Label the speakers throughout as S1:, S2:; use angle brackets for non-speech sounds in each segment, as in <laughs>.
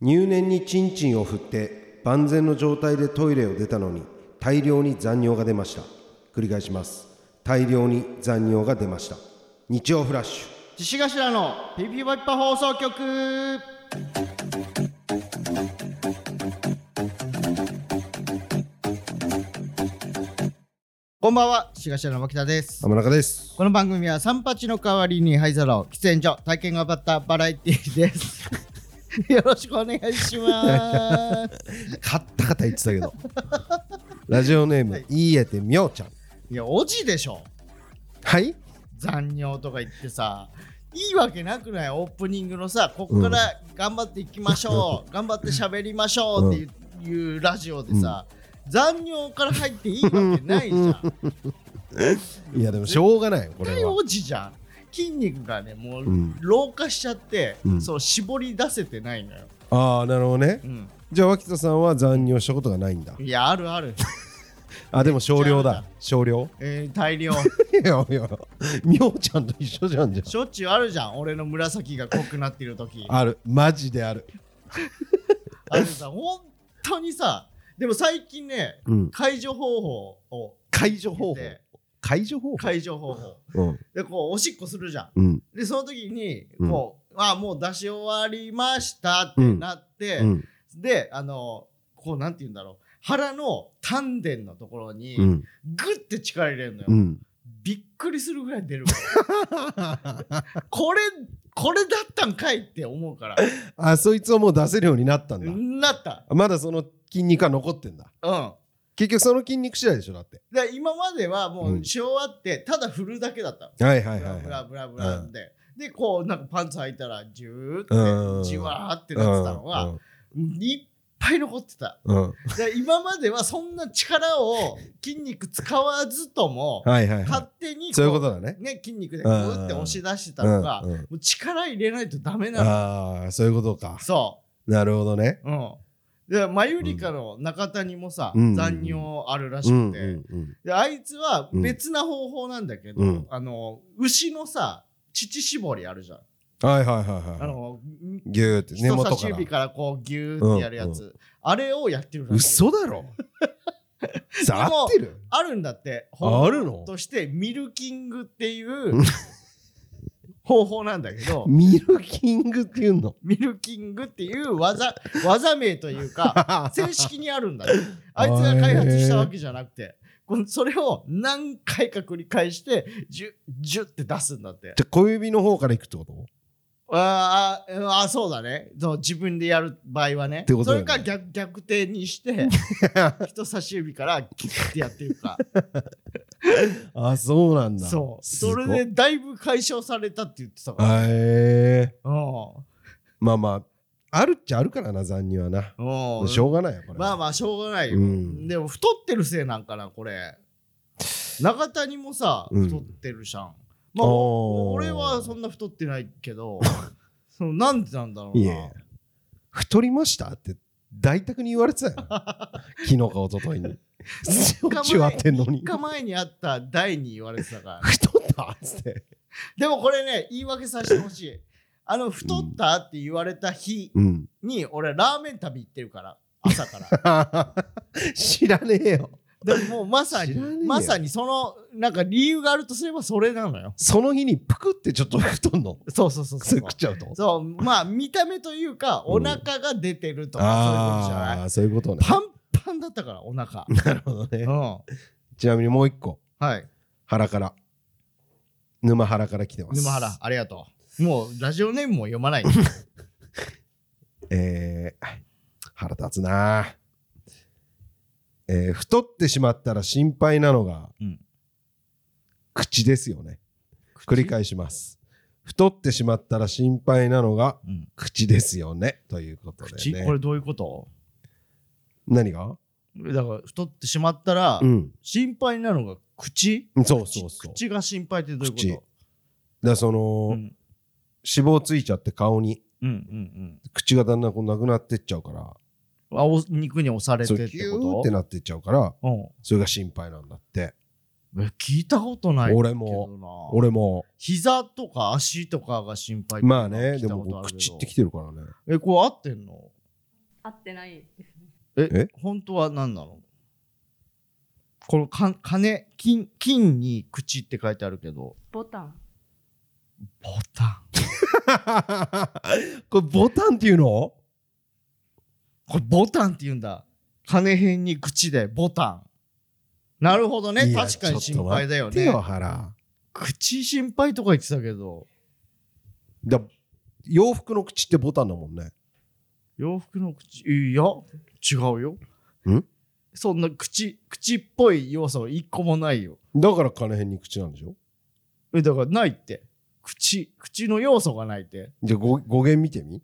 S1: 入念にチンチンを振って万全の状態でトイレを出たのに大量に残尿が出ました繰り返します大量に残尿が出ました日曜フラッシュ
S2: 獅子頭のピピパピパ放送局こんばんは獅子頭の牧田です
S1: 天中です
S2: この番組は三八の代わりに灰皿を喫煙所体験がバったバラエティーですよろしくお願いします
S1: カッタカタ言ってたけど <laughs> ラジオネーム、いいえてみょうちゃん
S2: いやおじでしょ
S1: はい
S2: 残尿とか言ってさいいわけなくないオープニングのさこっから頑張っていきましょ
S1: <laughs>
S2: う、頑張って喋りましょうっていう,、いうラジオでさ、残尿から入っていいわけない
S1: <laughs>
S2: じゃん
S1: いやでもしょうがないよこ
S2: 大
S1: れは
S2: おじじゃん筋肉がねもう、
S1: ん
S2: 老化しちゃって、
S1: うん
S2: そう絞り出せてないのよ、
S1: ああなるほどね
S2: うん、
S1: じゃあ脇田さんは残尿したことがないんだ
S2: いやあるあ
S1: <laughs>
S2: る、
S1: あでも少量
S2: めっちゃあ
S1: だ
S2: る
S1: 少量
S2: えー大量
S1: いやいやみょうちゃんと一緒じゃんじゃん
S2: しょっちゅうあるじゃん俺の紫が濃くなってる時
S1: あるマジである
S2: あれさ本当にさでも最近ね
S1: うん
S2: 解除方法を
S1: 解除方法
S2: で
S1: 解除方法
S2: 解除方法
S1: うん
S2: でこうおしっこするじゃ
S1: うん
S2: んでその時に
S1: うん
S2: こう、あもう出し終わりましたってなって、
S1: うん
S2: であのこうなんて言うんだろう腹の丹田のところに
S1: うん
S2: グッて力入れるのよ、
S1: うん
S2: びっくりするぐらい出
S1: <laughs>
S2: るからこれこれだったんかいって思うから
S1: あそいつをもう出せるようになったんだ
S2: なった
S1: まだその筋肉は残ってんだ
S2: うん
S1: 結局その筋肉次第でしょだって
S2: で今まではも
S1: う
S2: うんし終わってただ振るだけだったの
S1: はいは
S2: ブ
S1: いは
S2: ラ
S1: い
S2: ブ
S1: は
S2: ラ
S1: い
S2: ブラブラって、でこうなんかパンツ履いたらジューっ
S1: うん
S2: てじわーってなってたのが、いっぱい残ってた
S1: うんうん
S2: で今まではそんな力を筋肉使わずとも
S1: はいはいは
S2: 勝手にこ
S1: いそういうことだね
S2: うね、筋肉でグーって押し出してたのが、
S1: うんうん
S2: もう力入れないとダメなの
S1: ああそういうことか
S2: そ
S1: なるほどね
S2: ううんでマユリカの中谷もさ、
S1: うん
S2: 残尿あるらし
S1: う
S2: くて、
S1: んうんうん
S2: であいつは別な方法なんだけど、
S1: うん
S2: あの牛のさ乳絞りあるじゃん、
S1: はいはいはい
S2: あ
S1: はい
S2: の
S1: ギューって根
S2: 人
S1: 元
S2: 差し
S1: から
S2: 指からこうギューってやるやつ、
S1: う
S2: あれをやってるらしい
S1: 嘘だろさあ
S2: でも
S1: 合ってる
S2: あるんだって
S1: あるの
S2: 方法としてミルキングっていう <laughs> 方法なんだけど
S1: ミルキングっていうの
S2: ミルキングっていう技技名というか
S1: <laughs>
S2: 正式にあるんだってあいつが開発したわけじゃなくてこのそれを何回か繰り返してジュッジュッって出すんだって
S1: じゃあ小指の方からいくってこと
S2: あーあーあーそうだねそう自分でやる場合はね
S1: てこと
S2: そ
S1: だ
S2: れ
S1: よね
S2: か逆逆転にして
S1: <laughs>
S2: 人差し指からキュッてやってるか
S1: あそう <laughs> なんだ
S2: そう
S1: すご
S2: そ
S1: い
S2: れでだいぶ解消されたって言ってたから
S1: へえ
S2: うん
S1: まあまああるっちゃあるからな残にはな
S2: うん
S1: しょうがないよこれ
S2: まあまあしょうがないよ、
S1: うん
S2: でも太ってるせいなんかなこれ中谷もさ
S1: うん
S2: 太ってるじゃん、まあ
S1: おー
S2: 俺はそんな太ってないけど <laughs> そのなんでなんだろう
S1: い
S2: な
S1: え太りましたって大宅に言われてた <laughs> よ昨日か一昨日にしょっちゅう会ってんのに
S2: 3日前に会った大に言われてたから
S1: 太ったっつって
S2: でもこれね言い訳させてほしいあの太ったって言われた日
S1: うん
S2: に俺ラーメン旅行ってるから朝から
S1: <laughs> 知らねえよ
S2: でももうまさに
S1: 知らねえよ
S2: まさにそのなんか理由があるとすればそれなのよ
S1: その日にプクってちょっと太んの
S2: そうそうそう
S1: そ
S2: そ
S1: れ
S2: う
S1: 食っちゃうと
S2: そうまあ見た目というか
S1: うん
S2: お腹が出てるとかそういうことじゃない、
S1: ああそういうことね
S2: パンパンだったからお
S1: <laughs>
S2: 腹
S1: なるほど
S2: う
S1: ね
S2: ん
S1: ちなみにもう一個
S2: はい
S1: 原から沼原から来てます
S2: 沼原ありがとうもうラジオネームも読まない
S1: えー腹立つな、えー太ってしまったら心配なのが、
S2: うん
S1: 口ですよね <laughs> 繰り返します太ってしまったら心配なのが
S2: うん
S1: 口ですよねということで
S2: 口
S1: ね
S2: これどういうこと
S1: 何が
S2: だから太ってしまったら、
S1: うん
S2: 心配なのが口
S1: そうそうそう
S2: 口が心配ってどういうこ
S1: だからそ
S2: と
S1: の、
S2: うん
S1: 脂肪ついちゃって顔に
S2: うんうん
S1: 口がだんだんこうなくなってっちゃうから
S2: うんあお肉に押され
S1: そ
S2: て
S1: う
S2: っ
S1: キ
S2: て
S1: ュ
S2: こ
S1: ー
S2: と
S1: ってなってっちゃうから
S2: う
S1: それが心配なんだって
S2: んえ聞いたことないけどな
S1: 俺も俺も
S2: 膝とか足とかが心配っていうの
S1: ま
S2: は
S1: あね
S2: 聞い
S1: で
S2: た
S1: も
S2: こと
S1: こ
S2: あ
S1: う
S2: るけど
S1: 口ってきてるからね
S2: えこれ合ってんの
S3: 合ってないですね。
S2: え
S1: え
S2: 本当は何なのこのか金金金に口って書いてあるけど
S3: ボタン。
S2: ボタン <laughs>
S1: これボタンっていうの
S2: これボタンって言うんだ金辺に口でボタンなるほどね
S1: いや
S2: 確かに心配だよ
S1: 手
S2: ね
S1: よ原
S2: 口心配とか言ってたけど
S1: だ洋服の口ってボタンだもんね
S2: 洋服の口いや違うよ
S1: ん
S2: そんな口口っぽい要素は一個もないよ
S1: だから金辺に口なんでしょ
S2: えだからないって口口の要素がないって
S1: じゃあ語語源見てみ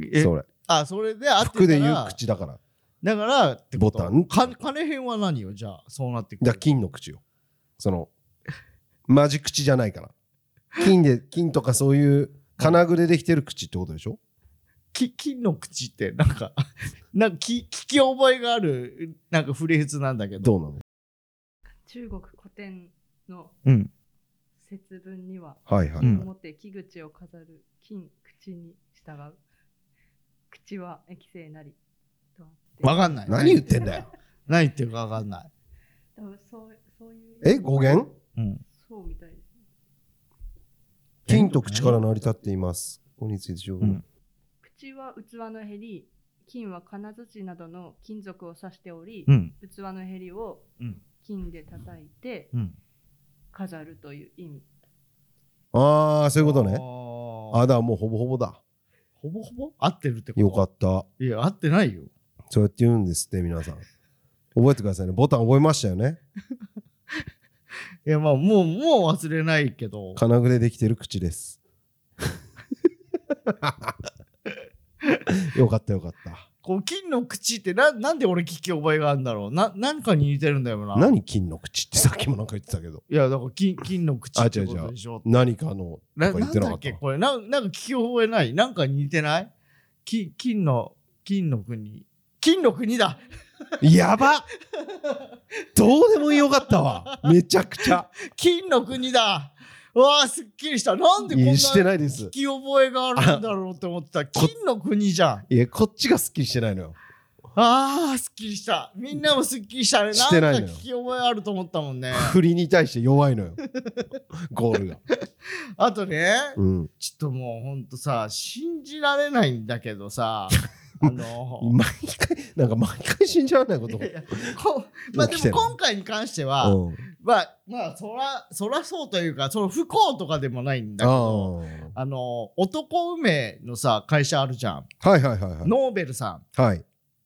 S2: え
S1: それ
S2: あそれで合ってたら
S1: 服で言う口だから
S2: だからってこと
S1: ボタン
S2: か金辺は何よじゃあそうなってく
S1: だ
S2: る
S1: から金の口よそのマジ口じゃないから金で金とかそういう金具でできてる口ってことでしょ
S2: き金の口ってなんか <laughs> なんかき聞き覚えがあるなんかフレーズなんだけ
S1: ど
S2: ど
S1: うなの
S3: 中国古典の
S2: うん
S3: 節分には、
S1: はいはい、
S2: うん
S3: 表木口を飾る金口に従う。口は液性なり。とあって
S2: わかんない
S1: 何言ってんだよ
S2: <laughs> 何言ってるかわかんない
S3: 多分そうそういう。
S1: え語源
S2: うん
S3: そうみたいです。
S1: 金と口から成り立っていますここについて情報、
S2: うん
S3: 口は器のへり、金は金づちなどの金属を指しており、
S2: うん
S3: 器のへりを
S2: うん
S3: 金で叩いて
S2: うん
S3: 飾るという意味。
S1: ああそういうこと
S2: あ
S1: ね
S2: ー
S1: あだもうほぼほぼだ
S2: ほぼほぼ合ってるってこと
S1: よかった
S2: いや合ってないよ
S1: そうやって言うんですって皆さん覚えてくださいねボタン覚えましたよね
S2: いやまあもうもう忘れないけど
S1: 金具でできてる口です
S2: <laughs>
S1: よかったよかった
S2: こう金の口ってななんで俺聞き覚えがあるんだろうな何かに似てるんだよな
S1: 何金の口ってさっきもなんか言ってたけど
S2: いやだから金金の口
S1: あ
S2: って
S1: 違う
S2: こ
S1: 違
S2: と
S1: う
S2: でしょ
S1: 何かの
S2: な
S1: とか言
S2: なん
S1: ってな
S2: だ
S1: かった
S2: っけこれななんか聞き覚えないなんか似てないき金の金の国金の国だ
S1: やばどうでもよかったわめちゃくちゃ
S2: 金の国だうわあすっきりした <laughs> なんでこんな
S1: して
S2: 聞
S1: ないです
S2: き覚えがあるんだろうって思ってた金の国じゃん
S1: いやこっちがすっきりしてないのよ
S2: あーすっきりしたみんなもすっきりしたね
S1: してない
S2: な
S1: の
S2: ん
S1: よ
S2: か聞き覚えあると思ったも
S1: <laughs>
S2: んね
S1: 振りに対して弱いのよゴールが
S2: あとね
S1: うん
S2: ちょっともうほんとさ信じられないんだけ
S1: <laughs>
S2: どさ <laughs> あの
S1: 毎回なんか毎回死んじゃわないこと
S2: いやいやこまあで
S1: 起きて
S2: も
S1: る
S2: 今回に関しては、
S1: うん
S2: まあまあそらそらそうというかその不幸とかでもないんだけど
S1: あ
S2: あの男梅のさ会社あるじゃん、
S1: あはいはいはいはい
S2: ノーベルさ
S1: はい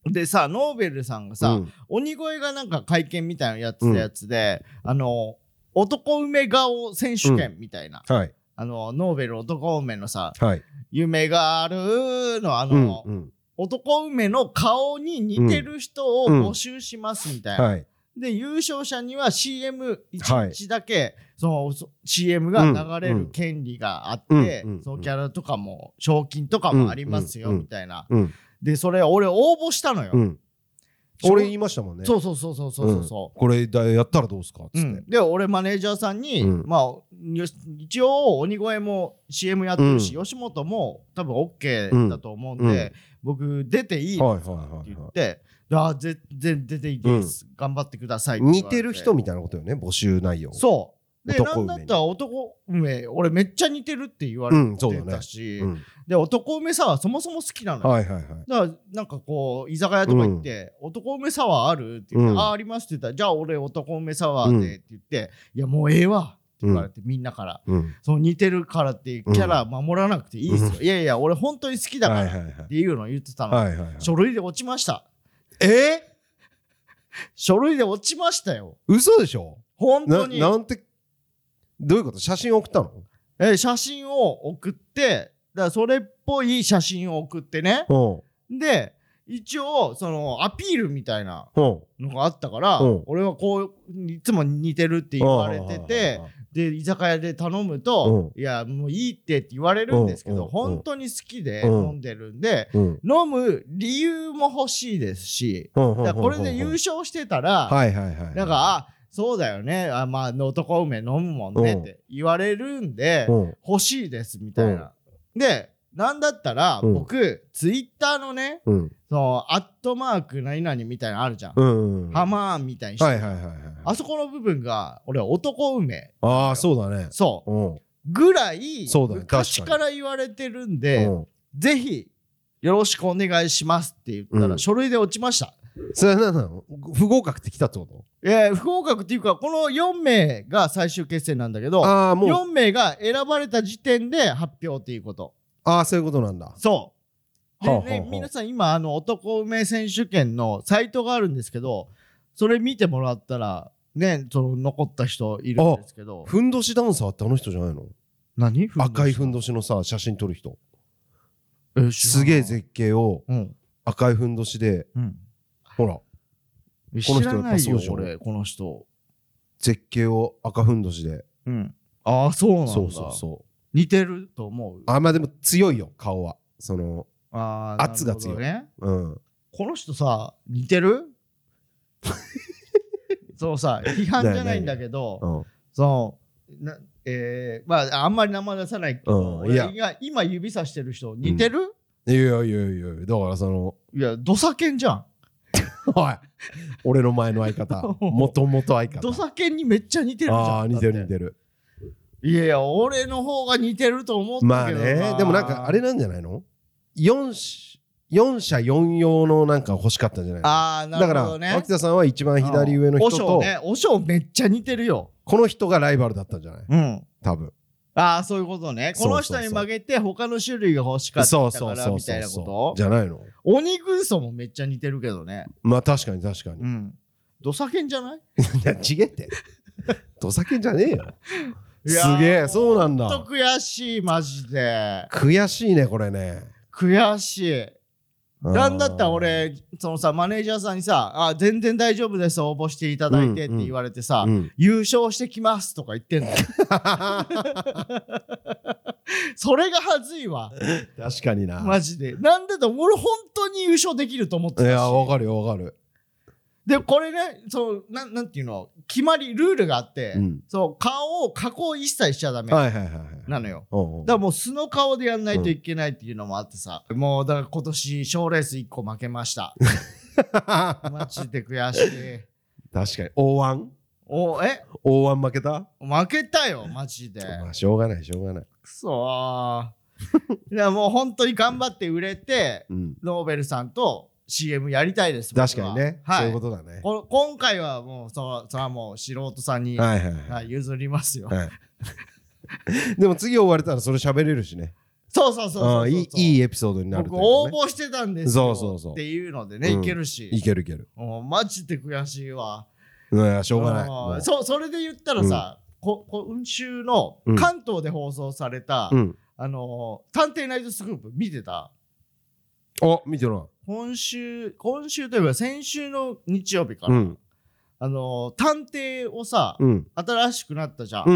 S2: んでさノーベルさんがさ、
S1: うん
S2: 鬼越がなんか会見みたいなのやってたやつで、あの男梅顔選手権みたいな、
S1: はい
S2: あのノーベル男梅のさ
S1: はい
S2: 「夢がある」のあ
S1: うん
S2: の、
S1: うん
S2: 男梅の顔に似てる人を募集しますみたいな、
S1: はい
S2: で優勝者には CM1
S1: はい
S2: 日だけ、そのそ CM が流れる権利があって、
S1: うんうんうん
S2: そのキャラとかも賞金とかもありますよ
S1: うんうん
S2: みたいな、
S1: うん
S2: でそれ俺応募したのよ、
S1: うん
S2: そう
S1: 俺言いましたもんね
S2: そうそうそうそうそう
S1: う
S2: そう
S1: んこれだやったらどうですかっつ
S2: う
S1: っ
S2: ん
S1: て
S2: で俺マネージャーさんに、
S1: うん
S2: まあよし一応鬼越も CM やってるし、
S1: う
S2: 吉本も多分 OK だと思うんで、
S1: うん
S2: 僕出ていいって
S1: はいはいはい
S2: 言
S1: はい
S2: って、あ全然出ていいです、頑張ってくださいって言われ
S1: 似てる人みたいなことよね募集内容
S2: そう。で、な
S1: 男
S2: ん
S1: 梅
S2: だったら男梅、俺めっちゃ似てるって言われ
S1: うんそうだ
S2: て
S1: ね
S2: たし、
S1: うん
S2: で、男梅サワーそもそも好きなのよ。
S1: はいはいはい
S2: だから、なんかこう、居酒屋とか行って、男梅サワーあるって言って、
S1: うん
S2: ああ、ありますって言ったら、じゃあ俺男梅サワーでって言って、いや、もうええわって言われて、みんなから。
S1: うん
S2: その似てるからっていうキャラ守らなくていいですよ。いやいや、俺本当に好きだから
S1: はい
S2: っ
S1: はいはい
S2: ていうのを言ってたの。
S1: はいはいはい
S2: 書類で落ちました。
S1: えー
S2: 書類で落ちましたよ。
S1: 嘘でしょ
S2: 本当
S1: な
S2: に。
S1: なんてどういうこと写真送ったの
S2: えー写真を送ってだからそれっぽい写真を送ってね
S1: うん
S2: で一応そのアピールみたいな
S1: うん
S2: のがあったから、
S1: うん
S2: 俺はこういつも似てるって言われてて、で居酒屋で頼むと、いやもういいってって言われるんですけど、
S1: うん
S2: 本当に好きで
S1: うん
S2: 飲んでるんで、
S1: うん
S2: 飲む理由も欲しいですし、
S1: うん
S2: だからこれで優勝してたら、
S1: はいはいはい
S2: なんかあそうだよねあまあ男梅飲むもんねって言われるんで、
S1: うん
S2: 欲しいですみたいな。でなんだったら、
S1: うん
S2: 僕、ツイッターのね、
S1: うん。
S2: その、アットマーク何々みたいなのあるじゃん。
S1: うん。
S2: ハ
S1: はい
S2: マーンみたいにして、
S1: はいはいはい。
S2: あそこの部分が、俺、男梅。
S1: ああ、そうだね。
S2: そう。
S1: うん。
S2: ぐらい、
S1: そうだね
S2: 昔
S1: 確か
S2: か
S1: に
S2: ら言われてるん
S1: う
S2: で、
S1: ん。
S2: ぜひ、よろしくお願いしますって言ったら、
S1: うん
S2: 書類で落ちました。
S1: それは何なの不合格ってきたってこ
S2: えー不合格っていうか、この4名が最終決戦なんだけど
S1: と、ああ、もう、
S2: 4名が選ばれた時点で発表っていうこと。
S1: ああ、そういうことなんだ。
S2: そう。で
S1: はあ
S2: ね、
S1: はあはあ
S2: 皆さん今、あの、男梅選手権のサイトがあるんですけど、それ見てもらったら、ね、その残った人いるんですけど、
S1: ふんどしダンサーってあの人じゃないの
S2: 何
S1: 赤いふん
S2: ど
S1: どしのさ、写真撮る人。
S2: し。
S1: すげえ
S2: ぜ。
S1: 絶景を
S2: うん。
S1: 赤いふんどしで、
S2: うん。
S1: ほら、人
S2: 知らな
S1: や
S2: い
S1: っ
S2: よ
S1: ぱそうでし、ょ
S2: 俺、この人。
S1: 絶景を赤ふんどしで。
S2: うん。ああ、そうなんだ。
S1: そうそうそう。
S2: 似てると思う。
S1: あ、まあでも強いよ、顔は。その、
S2: あー
S1: 圧が強い
S2: なるほどね。
S1: うん。
S2: この人さ、似
S1: <laughs>
S2: てるそうさ、批判じゃないんだけど、
S1: うん。
S2: そうなえー、まああんまり名前出さないけど、
S1: うんいや
S2: 俺が今指さしてる人似てる、
S1: いやいやいやいや、だからその、
S2: いや土佐犬じゃん
S1: <laughs> おい俺の前の相方 <laughs> もともと相方
S2: 土佐犬にめっちゃ似てるじゃん
S1: ああー似てる似
S2: る
S1: てる
S2: いやいや俺の方が似てると思ったけど
S1: まあねでもなんかあれなんじゃないの 4, し4社4用のなんか欲しかったんじゃないの
S2: あーな
S1: だか
S2: るほどね
S1: ら秋田さんは一番左上の人
S2: お
S1: と、
S2: しょうねおしょうめっちゃ似てるよ
S1: この人がライバルだったんじゃない
S2: うん
S1: 多分
S2: ああそういうことねこの
S1: そう
S2: 人
S1: そう
S2: に
S1: そう
S2: 負けて他の種類が欲しかった
S1: そう
S2: か
S1: そう
S2: ら
S1: そう
S2: みた
S1: そ
S2: いうな
S1: そ
S2: こ
S1: う
S2: と
S1: じゃないの
S2: 鬼軍曹もめっちゃ似てるけどね
S1: まあ確かに確かに、
S2: うん土佐犬じゃない
S1: いやちげえって土佐犬じゃねえよ
S2: いやー
S1: すげえそうなん
S2: ほん
S1: だ
S2: と悔しいマジで
S1: 悔しいねこれね
S2: 悔しい。なんだったら俺、そのさ、マネージャーさんにさ、あ、全然大丈夫です、応募していただいてっ
S1: う
S2: て
S1: んうん
S2: 言われてさ、
S1: うん
S2: 優勝してきますとか言っ
S1: <laughs>
S2: てんの。
S1: 確
S2: それがはずいわ。
S1: かにな
S2: マジで。なんでだ、俺本当に優勝できると思って
S1: い
S2: たし。
S1: やわかるよわかる
S2: で、これね、そう、なん、なんていうの、決まり、ルールがあって、
S1: うん
S2: そう、顔を加工一切しちゃダメ
S1: はいはいはいはい
S2: なのよ。
S1: おうおう <laughs>
S2: だからもう素の顔でやんないといけないっていうのもあってさ、もうだから今年賞レース1個負けました。マジで悔
S1: <laughs>
S2: しい。
S1: 確かに大腕
S2: おえ
S1: 大腕負けた、
S2: 負けたよマジで
S1: まあしょうがないしょうがない、
S2: くそーいやもう本当に頑張って売れて
S1: うん、
S2: ノーベルさんと CM やりたいです
S1: 確かにね、
S2: 僕はは
S1: そう
S2: い
S1: いうことだね
S2: こ今回はもうそそれはもう素人さんに、は
S1: はいはいはい
S2: い、譲りますよ、
S1: はい <laughs> でも次終われたらそれ喋れるしね
S2: そうそうそうそううんそう
S1: いいいいエピソードになるとい
S2: 僕
S1: う
S2: 応
S1: かね
S2: 募してたんですよ
S1: そうそうそう
S2: っていうのでね、
S1: うん
S2: いけるし
S1: いけるいける
S2: もうマジで悔しいわ
S1: うんしょうがないも
S2: あー
S1: う
S2: そうそれで言ったらさ、こ今週の
S1: うん
S2: 関東で放送された、
S1: うん
S2: あのー探偵ナイトスクープ見てた
S1: あ見てるな
S2: 今週、今週というか先週の日曜日から、
S1: うん
S2: あのー探偵をさ、
S1: うん
S2: 新しくなったじゃん。
S1: うん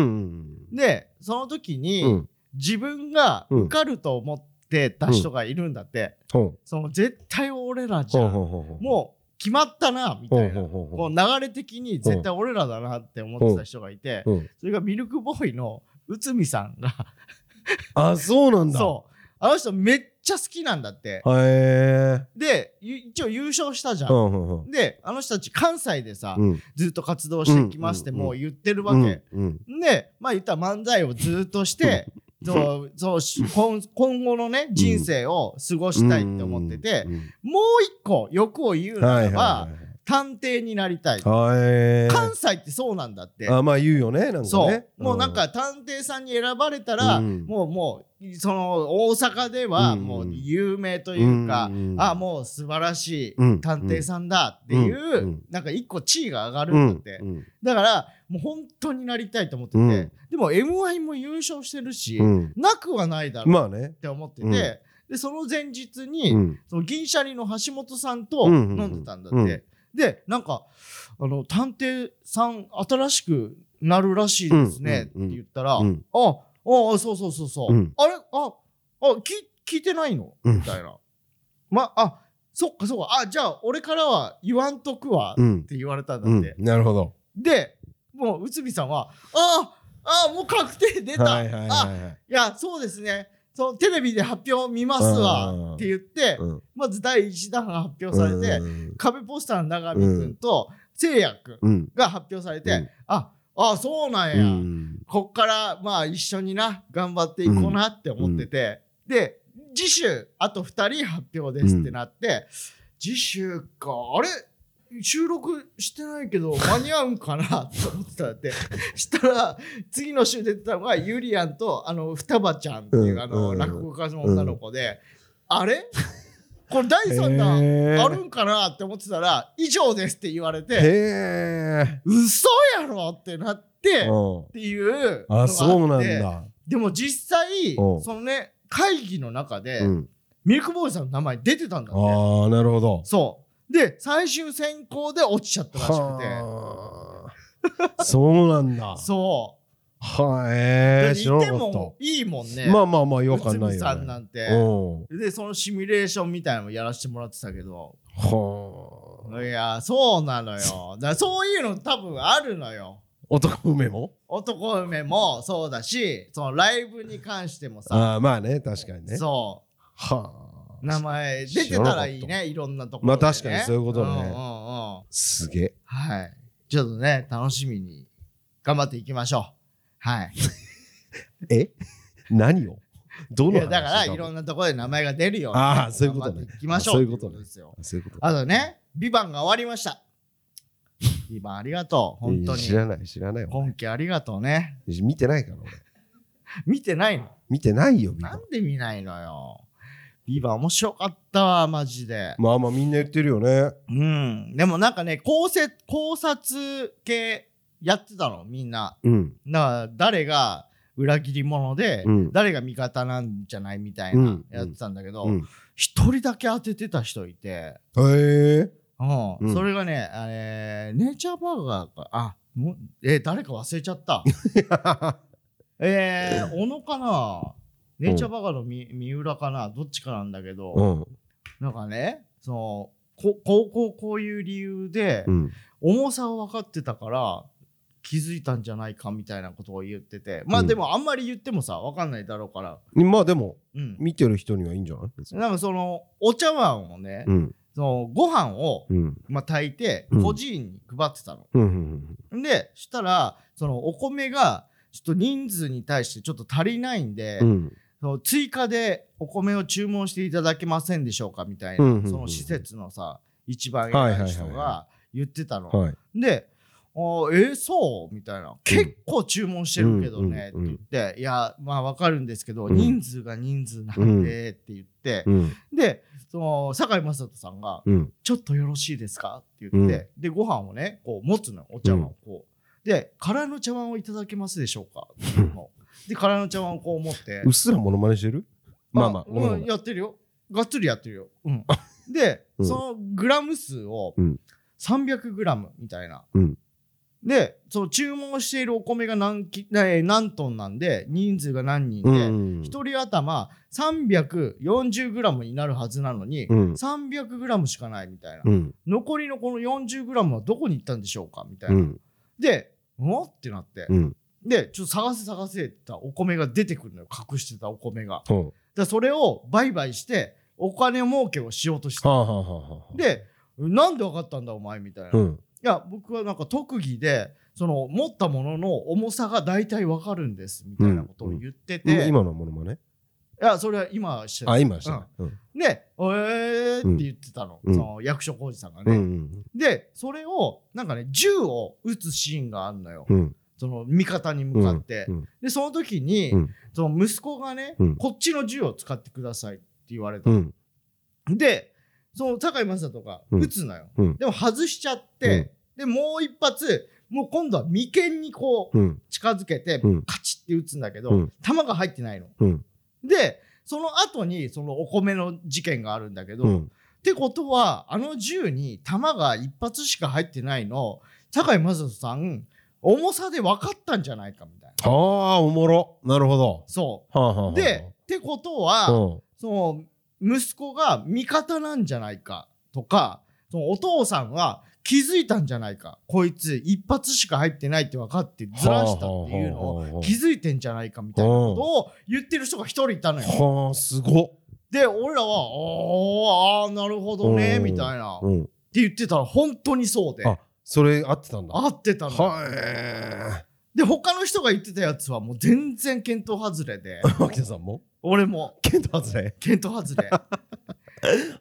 S1: うん
S2: で、その時に、
S1: うんうん
S2: 自分が受かると思ってた人がいるんだって、
S1: ほん
S2: その絶対俺らじ
S1: ほ
S2: ゃ
S1: ん
S2: ん。
S1: ほんほんほん
S2: もう決まったな、み
S1: ほ
S2: た
S1: ん
S2: い
S1: ほん
S2: な。
S1: ほん
S2: こ
S1: ほん
S2: う流れ的に絶対俺らだなって思ってた人がいて、
S1: うん
S2: それがミルクボーイの内海さんが、
S1: あそうなんだ
S2: そう。あの人めっちゃ好きなんだって。
S1: うへえ
S2: で、ゆ一応優勝したじゃ
S1: うんうんうん
S2: であの人たち関西でさ、
S1: うん
S2: ずっと活動してきますって
S1: うんうんうん
S2: もう言ってるわ
S1: う
S2: け、
S1: んうん
S2: でまあ言ったら漫才をずっとしてそうそ
S1: <laughs>
S2: うし今今後のね人生を過ごしたいって思ってて、
S1: うんうん
S2: もう一個欲を言う
S1: うん
S2: な
S1: はい
S2: らば、
S1: は
S2: 探偵になりたい、
S1: いはいはい
S2: 関西ってそうなんだって
S1: あまあ言うよねなんかね
S2: そう、
S1: ん
S2: もうなんか探偵さんに選ばれたら、
S1: うん
S2: もうもうその大阪では
S1: うん
S2: もう有名というか、
S1: うん
S2: あもう素晴らし
S1: う
S2: い
S1: ん
S2: 探偵さんだっていう、
S1: うんうん
S2: なんか一個地位が上がる
S1: うん
S2: だ
S1: ん
S2: って、
S1: うん
S2: だからもう本当になりたいと思ってて、
S1: うん
S2: でも m 1も優勝してるし、
S1: うん
S2: なくはないだろう
S1: まあね
S2: って思ってて、
S1: うん
S2: でその前日に、
S1: うん
S2: その銀シャリの橋本さんと
S1: うんうんうん
S2: 飲んでたんだって、
S1: うん
S2: でなんかあの「探偵さん新しくなるらしいですね」
S1: うんうんうん
S2: って言ったら「
S1: うん
S2: あああそうそうそうそう、
S1: うん
S2: あれああき聞いてないの?」
S1: うん
S2: みたいな「まあそっかそっかあじゃあ俺からは言わんとくわ」
S1: う
S2: っ
S1: ん
S2: て言われたんだ
S1: う
S2: っ
S1: ん
S2: て、
S1: なるほど
S2: でもう内海さんは「あああもう確定出た、
S1: はいはいはい
S2: あ
S1: はい
S2: いやそうですねそのテレビで発表見ますわって言って、
S1: うん
S2: まず第1弾が発表されて、
S1: うん
S2: 壁ポスターの長見くんとせいやくん
S1: うん
S2: が発表されて、
S1: うん
S2: ああそうなん
S1: う
S2: や、
S1: ん
S2: こっからまあ一緒にな頑張っていこうなって思ってて、で次週あと2人発表ですってなって、次週かあれ収録してないけど間に合うんかなと思ってたんだ
S1: <laughs>
S2: ってしたら次の週出てたのがゆりやんとあの双葉ちゃんっていう、
S1: うん
S2: あの
S1: うん
S2: 落語家の女の子で、あれこれ第3
S1: へー
S2: 弾あるんかなって思ってたら以上ですって言われて
S1: へ
S2: 嘘やろってなって。
S1: えうん
S2: っていうのがあ
S1: あ
S2: って
S1: そうなんだ
S2: でも実際
S1: うん
S2: そのね会議の中で、
S1: うん
S2: ミルクボーイさんの名前出てたんだって
S1: ああなるほど
S2: そうで最終選考で落ちちゃったらしくて
S1: はあそうなんだ
S2: <laughs> そ
S1: は
S2: う、
S1: え
S2: で
S1: ー、知ら
S2: いて
S1: なかっ
S2: もいいもんね
S1: たまあまあまあよくは
S2: 内
S1: ない
S2: 海さ
S1: よ
S2: ん
S1: ね
S2: なんて
S1: うん
S2: でそのシミュレーションみたいなのもやらせてもらってたけど
S1: はい
S2: やそうなの
S1: <laughs>
S2: よだからそういうの多分あるのよ
S1: あ男梅も
S2: 男梅もそうだしそのライブに関してもさ、
S1: ああまあね確かにね
S2: そう
S1: はあ
S2: 名前出てたらいいねいろんなところ、ね、
S1: まあ確かにそういうことね
S2: んうんうんは
S1: すげえ
S2: いちょっとね楽しみに頑張っていきましょうはい
S1: え何をど
S2: い
S1: の
S2: や
S1: 話
S2: だからいろんなところで名前が出るように
S1: ああそういうことね
S2: 頑張っていきましょう
S1: そういうことね
S2: ってですよ
S1: あそういうこと
S2: あとね「ビバンが終わりました「ビバンありがとう本
S1: い
S2: 当に
S1: や知らない知らないわ
S2: 今季ありがとうね
S1: 見てないから俺
S2: 見てないの
S1: 見てないよみん
S2: な
S1: なん
S2: で見ないのよビバン面白かったわマジで
S1: まあまあみんな言ってるよね
S2: うん。でもなんかね、考察、考察系やってたの、みんな。
S1: うん
S2: だから誰が裏切り者で、
S1: うん
S2: 誰が味方なんじゃないみたいうなんやってたんだけ
S1: う
S2: ど、
S1: ん
S2: 一、人だけ当ててた人いて、
S1: へ
S2: <laughs>
S1: え
S2: うん
S1: うん
S2: それがね、あれ、ネイチャーバーガーか、あ、もうえー誰か忘れちゃった。え
S1: <laughs>
S2: ー、小野かなネイチャーバーガーのみ三浦かなどっちかなんだけど、
S1: うん
S2: なんかね、その、ここうこうこういう理由で、
S1: うん
S2: 重さを分かってたから気づいたんじゃないかみたいなことを言っててまあ
S1: うん
S2: でもあんまり言ってもさ分かんないだろうから、
S1: まあでも
S2: うん、
S1: 見てる人にはいいんじゃない別に
S2: なんかそのお茶碗をね、
S1: うん
S2: そのご飯を、
S1: うん
S2: まあ、炊いて
S1: うん
S2: 孤児院に配ってたの。
S1: うんうん
S2: でしたらそのお米がちょっと人数に対してちょっと足りないんで、
S1: うん
S2: その追加でお米を注文していただけませんでしょうかみたいな、
S1: うんうんうん
S2: その施設のさ一番偉い人
S1: はいはいはい
S2: が言ってたの。
S1: はい
S2: で、あーえーそうみたいな。結構注文してるけどね、
S1: うん
S2: って言って、いや、まあわかるんですけど、
S1: うん
S2: 人数が人数なんで、って言って、
S1: うん
S2: で、その、堺雅人さんが、
S1: うん
S2: ちょっとよろしいですかって言って、で、ご飯をね、こう持つのよ、お茶碗をこう。で、空の茶碗をいただけますでしょうかっていう
S1: <laughs>
S2: のをで、空の茶碗をこう持って
S1: うっ、すらモノマネしてるまあまあごめんご
S2: う
S1: め
S2: ん、
S1: ん
S2: やってるよ。がっつりやってるよ。うん、で、
S1: うん
S2: そのグラム数を
S1: うん
S2: 300グラムみたいな。
S1: うん
S2: で、その注文しているお米が何きえー何トンなんで、人数が何人で、
S1: うん
S2: 1人頭340グラムになるはずなのに、
S1: うん
S2: 300グラムしかないみたいな。
S1: うん
S2: 残りのこの40グラムはどこに行ったんでしょうかみたいうな。
S1: ん
S2: で、うんってなって
S1: う。ん
S2: で、ちょっと探せ探せって言ったらお米が出てくるのよ。隠してたお米が。
S1: うん
S2: でそれを売買してお金儲けをしようとし
S1: は
S2: た。
S1: あはあはあはあ
S2: でなんで分かったんだお前みたいな。
S1: う
S2: い
S1: ん
S2: や僕はなんか特技でその持ったものの重さが大体分かるんですみたいなことを言ってて、い
S1: 今のモノマネ
S2: やそれは今はしてな
S1: あ
S2: い。
S1: 今したねうん
S2: で「えー」って言ってたの,、
S1: うん
S2: その役所広司さんが
S1: う
S2: ね。
S1: ん
S2: でそれをなんかね銃を撃つシーンがあるのよ。
S1: うんうん
S2: その味方に向かって、
S1: うんうん
S2: でその時に、
S1: うん
S2: その息子がね、
S1: うん
S2: こっちの銃を使ってくださいって言われたの
S1: うん
S2: で、その堺雅人が
S1: うん
S2: 撃つのよ。
S1: うん
S2: でも外しちゃって、で、もう一発、もう今度は眉間にこう
S1: うん
S2: 近づけて
S1: うん、
S2: カチッて撃つんだけど、
S1: うん
S2: 弾が入ってないの。
S1: うん
S2: で、その後にそのお米の事件があるんだけど、
S1: う
S2: っ
S1: ん
S2: てことは、あの銃に弾が一発しか入ってないの、堺雅人さん、重さで分かったんじゃないかみたいな。
S1: はあおもろなるほど
S2: そ
S1: はあはあはあ
S2: う。で、ってことは、
S1: うん
S2: その息子が味方なんじゃないかとかそのお父さんは気づいたんじゃないかこいつ一発しか入ってないって分かってずらしたっていうのを気づいてんじゃないかみたいなことを言ってる人が一人いたのよ。
S1: はあすごっ
S2: で俺らは「あーあーなるほどね」
S1: うん
S2: みたいな。っ
S1: うん
S2: て言ってたら本当にそうで
S1: あそれ合ってたんだ
S2: 合ってたのよ。
S1: は
S2: で他の人が言ってたやつはもう全然見当外れ
S1: <laughs>
S2: で
S1: い脇田さんも
S2: 俺も
S1: ケント外れ
S2: 見当外れ。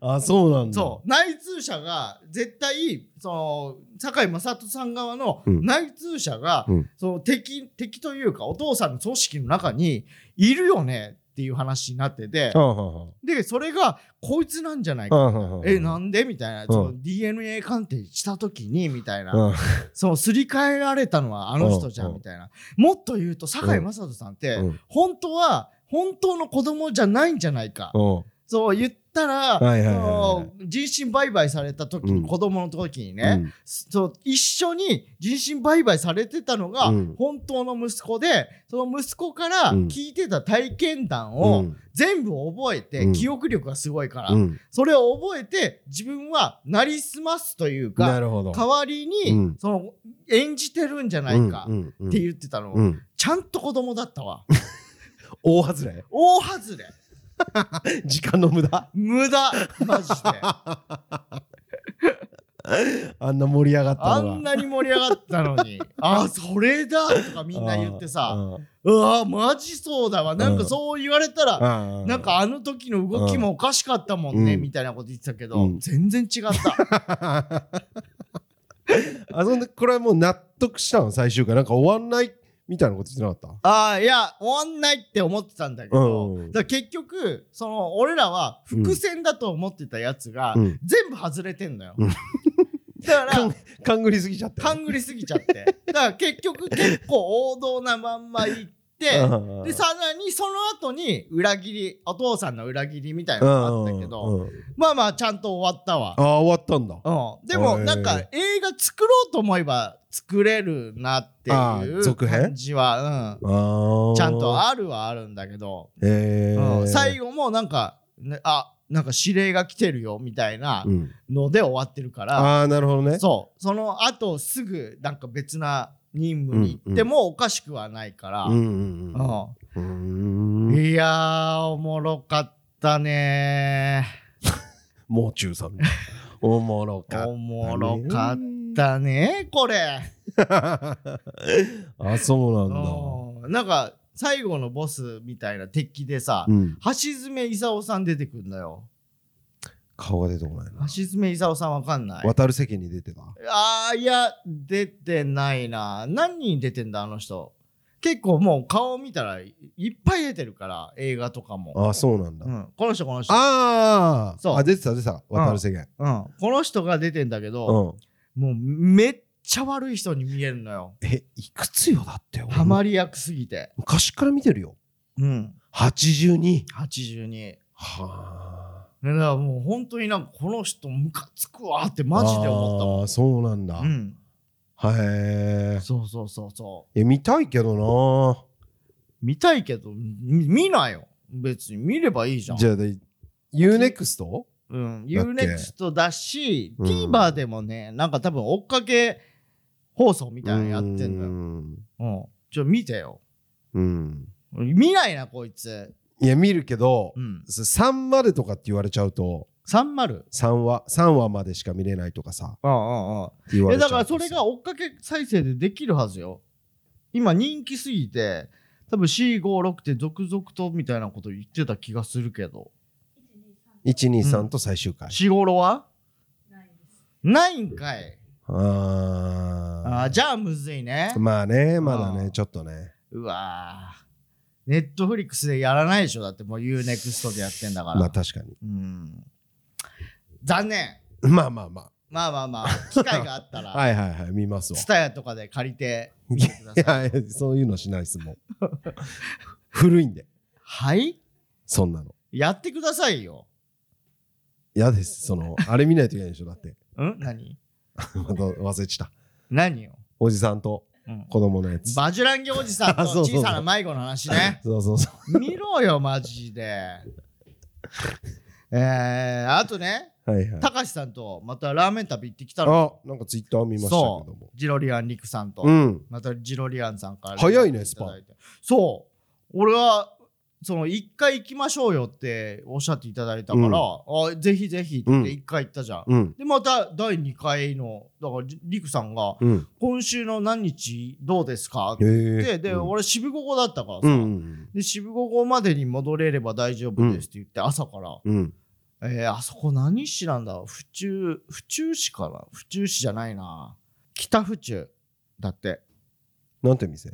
S1: あそうなんだ
S2: そう内通者が絶対その堺雅人さん側の
S1: うん
S2: 内通者が、
S1: うん
S2: その敵敵というかお父さんの組織の中にいるよねっていう話になってて
S1: はあはあは
S2: でそれがこいつなんじゃない
S1: あ
S2: か。
S1: はあはあはあ
S2: えなんでみたいな、
S1: ん
S2: その DNA 鑑定した時にみたいな、
S1: うん
S2: そのすり替えられたのはあの人じゃ
S1: うん
S2: んみたいな、もっと言うと堺雅人さんって、
S1: うん
S2: 本当は本当の子供じゃないんじゃないか、
S1: うん
S2: そう言ったら、
S1: はいはいはいはい
S2: その人身売買された時に、
S1: うん
S2: 子供の時にね、そう一緒に人身売買されてたのが
S1: うん
S2: 本当の息子でその息子から
S1: うん
S2: 聞いてた体験談
S1: う
S2: を
S1: ん
S2: 全部覚えて、
S1: うん
S2: 記憶力がすごいから、
S1: うん
S2: それを覚えて自分はなりすますという
S1: な
S2: か
S1: るほど
S2: 代わりに、
S1: うん
S2: その演じてるんじゃないか
S1: うんうんうん
S2: って言ってたの、
S1: うん
S2: ちゃんと子供だったわ
S1: 大外れ
S2: 大外れ
S1: 時間の無駄
S2: 無駄マジで。
S1: あんな盛り上がったのが
S2: あんなに盛り上がったの
S1: <laughs>
S2: にあそれだとかみんな言ってさ
S1: あ
S2: うわマジそうだわなんか
S1: うん
S2: そう言われた
S1: あ
S2: ら
S1: ああ
S2: なん
S1: <laughs>
S2: かあの時の動きもおかしかったもんね
S1: うん
S2: みたいなこと言ってたけ
S1: う
S2: ど
S1: ん
S2: 全然違った
S1: <laughs> あそんでこれはもう納得したの最終回なんか終わんないみたいなこと言ってなかっ
S2: ああいや終わんないって思ってたんだけ
S1: う
S2: ど
S1: ん
S2: だから結局その俺らは伏線だと思ってたやつが
S1: うん
S2: 全部外れてんのよ
S1: うん
S2: だか
S1: た
S2: ら
S1: ん勘ぐりすぎちゃった
S2: 勘ぐりすぎちゃってだから結局結構王道なまんま行って
S1: うん
S2: でさらにその後に裏切りお父さんの裏切りみたいなのがあったけど、
S1: うんうん
S2: まあまあちゃんと終わったわ
S1: あ、あ終わったんだ
S2: うん、でも
S1: へえ
S2: なんか映画作ろうと思えば作れるなってい
S1: あー
S2: う
S1: 続編
S2: 感じは、
S1: あ
S2: う
S1: ー
S2: ん、ちゃんとあるはあるんだけど、
S1: えー
S2: うん、最後もなんか、ね、あなんか指令が来てるよみたいな
S1: うん
S2: ので終わってるから、
S1: ああなるほどね
S2: そうその後すぐなんか別な任務に行ってもおかしくはないから、
S1: うんうんうん
S2: うん、
S1: うーん
S2: いやー、おもろかったね
S1: もう中さ
S2: <laughs>
S1: んおもろか
S2: ー。
S1: った
S2: お
S1: ね
S2: もろかったねー、これ。
S1: <laughs> あそうなんだ
S2: うんなんか、最後のボスみたいな敵でさ、
S1: うん
S2: 橋爪功さん出てくんだよ。
S1: 顔が出てこないな
S2: 橋爪功さんわかんない。
S1: 渡る席に出てた
S2: あー、いや、出てないな。何人出てんだ、あの人。結構もう顔見たらいいっぱい出てるから、映画とかも。
S1: あそうなんだ
S2: うん、この人、この人。
S1: ああ
S2: そう
S1: あ出てた出てた渡る世間
S2: うん、この人が出てんだけど、
S1: うん
S2: もうめっちゃ悪い人に見えるのよ。
S1: えいくつよだって
S2: ハマ
S1: り
S2: り役すぎて。
S1: 昔から見てるよ
S2: うん。
S1: 82
S2: 82。
S1: は
S2: だからもう本当になんかこの人ムカつくわって
S1: あ
S2: マジで思ったもん。
S1: あーそうなんだ
S2: うん。
S1: へ
S2: そうそうそうそ
S1: え見たいけどな
S2: う。見たいけど、み見ないよ。別に見ればいいじゃん。
S1: じゃあで UNEXT?
S2: うん。
S1: だっけ
S2: UNEXT だし、
S1: うん
S2: TVer でもね、なんか多分追っかけ放送みたいなのやってん
S1: う
S2: のよ。
S1: ん
S2: うん。ちょ、見てよ。
S1: うん
S2: 見ないな、こいつ。
S1: いや見るけど
S2: うん。
S1: 3までとかって言われちゃうと
S2: 30?
S1: 3話3話までしか見れないとかさ
S2: ああああ。
S1: 言わ
S2: え
S1: れちゃ
S2: だ
S1: うと
S2: か
S1: さ
S2: らそれが追っかけ再生でできるはずよ今人気すぎて多分456って続々とみたいなこと言ってた気がするけど
S1: 123と最終回
S2: 456は
S3: ないです。
S2: ないんかいあ
S1: あ
S2: ーじゃあむずいね
S1: あまあねまだ
S2: あ
S1: ね
S2: ー
S1: ちょっとね
S2: うわネットフリックスでやらないでしょだってもう UNEXT でやってんだから、
S1: まあ確かに <laughs>
S2: うん残念
S1: まあまあま
S2: まあまあまあ機会があった
S1: あ <laughs>
S2: ら
S1: はいはいはい見
S2: <laughs>
S1: ますわ
S2: ツタヤとかで借りてみてくだ
S1: い
S2: さい
S1: やいやそういうのしないですもう古いんで
S2: はい
S1: そんなの
S2: やってくださいよ
S1: 嫌ですそのあれ見ないといけないでしょだって <laughs>
S2: ん何
S1: また忘れてた
S2: 何よ、
S1: おじさんと
S2: うん
S1: 子供のやつ
S2: バジュランゲおじさん
S1: <laughs>
S2: と
S1: あそうそうそう
S2: 小さな迷子の話ね。
S1: <laughs> そうそうそう
S2: 見ろよ、マジで。えー、あとね、
S1: はいはい
S2: たかしさんとまたラーメン旅行ってきたの
S1: あなんかツイッター見ましたけども
S2: ジロリアンリクさんと、
S1: うん
S2: またジロリアンさんから
S1: 早いねスパン
S2: ンそう俺はその一回行きましょうよっておっしゃっていただいたから、
S1: うん
S2: あぜひぜひって言って一回行ったじゃん、
S1: うん
S2: でまた第2回のだからリリクさんが
S1: うん
S2: 「今週の何日どうですか?」っ
S1: へ
S2: て言って
S1: え
S2: で、
S1: うん
S2: 俺渋五五だったからさ、
S1: うん
S2: で渋五五までに戻れれば大丈夫ですって言って朝から
S1: うん
S2: えー、あそこ何市なんだ府中、府中市かな府中市じゃないな。北府中だって。
S1: なんて店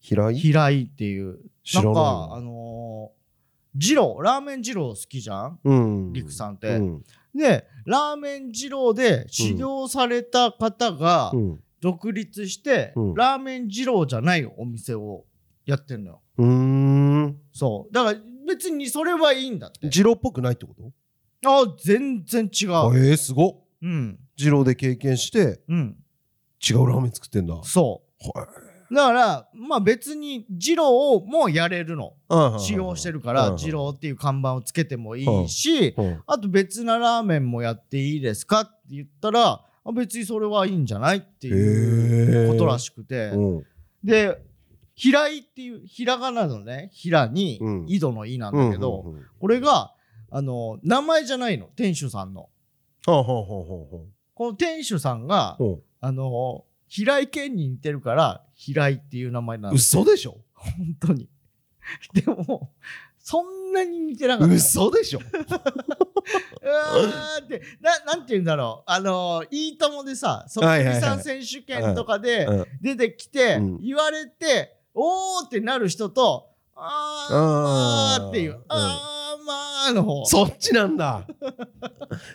S1: 平井
S2: 平井っていう。
S1: 知
S2: な
S1: ら
S2: ん
S1: ない
S2: か、あのー、二郎、ラーメン二郎好きじゃん
S1: うん
S2: 陸さんって。
S1: うん
S2: で、ラーメン二郎で修行された方が
S1: うん
S2: 独立して、
S1: うん
S2: ラーメン二郎じゃないお店をやってんのよ。
S1: うーん
S2: そう。だから別にそれはいいんだって。
S1: 二郎っぽくないってこと
S2: あー、全然違
S1: あ
S2: う。
S1: えー、すごっ
S2: うん。
S1: 二郎で経験して
S2: うん。
S1: 違うラーメン作ってんだ
S2: そう。だから、まあ別に、二郎をもうやれるの。使用して
S1: る
S2: るか
S1: はい
S2: ら、
S1: はい
S2: 二郎っていう看板をつけてもいいし、
S1: うん
S2: あと別なラーメンもやっていいですかって言ったら、あ別にそれはいいんじゃないっていう
S1: へー
S2: ことらしくて。
S1: うん
S2: で、平井っていう、ひらがなのね、平に
S1: うん、
S2: 井戸の井なんだけど、
S1: うんうんうんは
S2: これが、あの、名前じゃないの、店主さんの。
S1: あはあはあは
S2: この店主さんが
S1: あ、は
S2: あの、平井健に似てるから、平井っていう名前な
S1: あ
S2: ん
S1: うん
S2: です
S1: 嘘でしょ
S2: 本当に。 <laughs> でも、そんなに似てなかった。
S1: 嘘でしょ
S2: うわーって、ななんて言うんだろう。あのー、いいともでさ、そっ
S1: はい
S2: く
S1: はいは
S2: り
S1: い
S2: さん選手権とかで
S1: うん
S2: 出てきて、
S1: うん
S2: 言われて、おーってなる人と、あー
S1: あー
S2: まーっていう、
S1: うん
S2: あーまーの方。
S1: そっちなんだ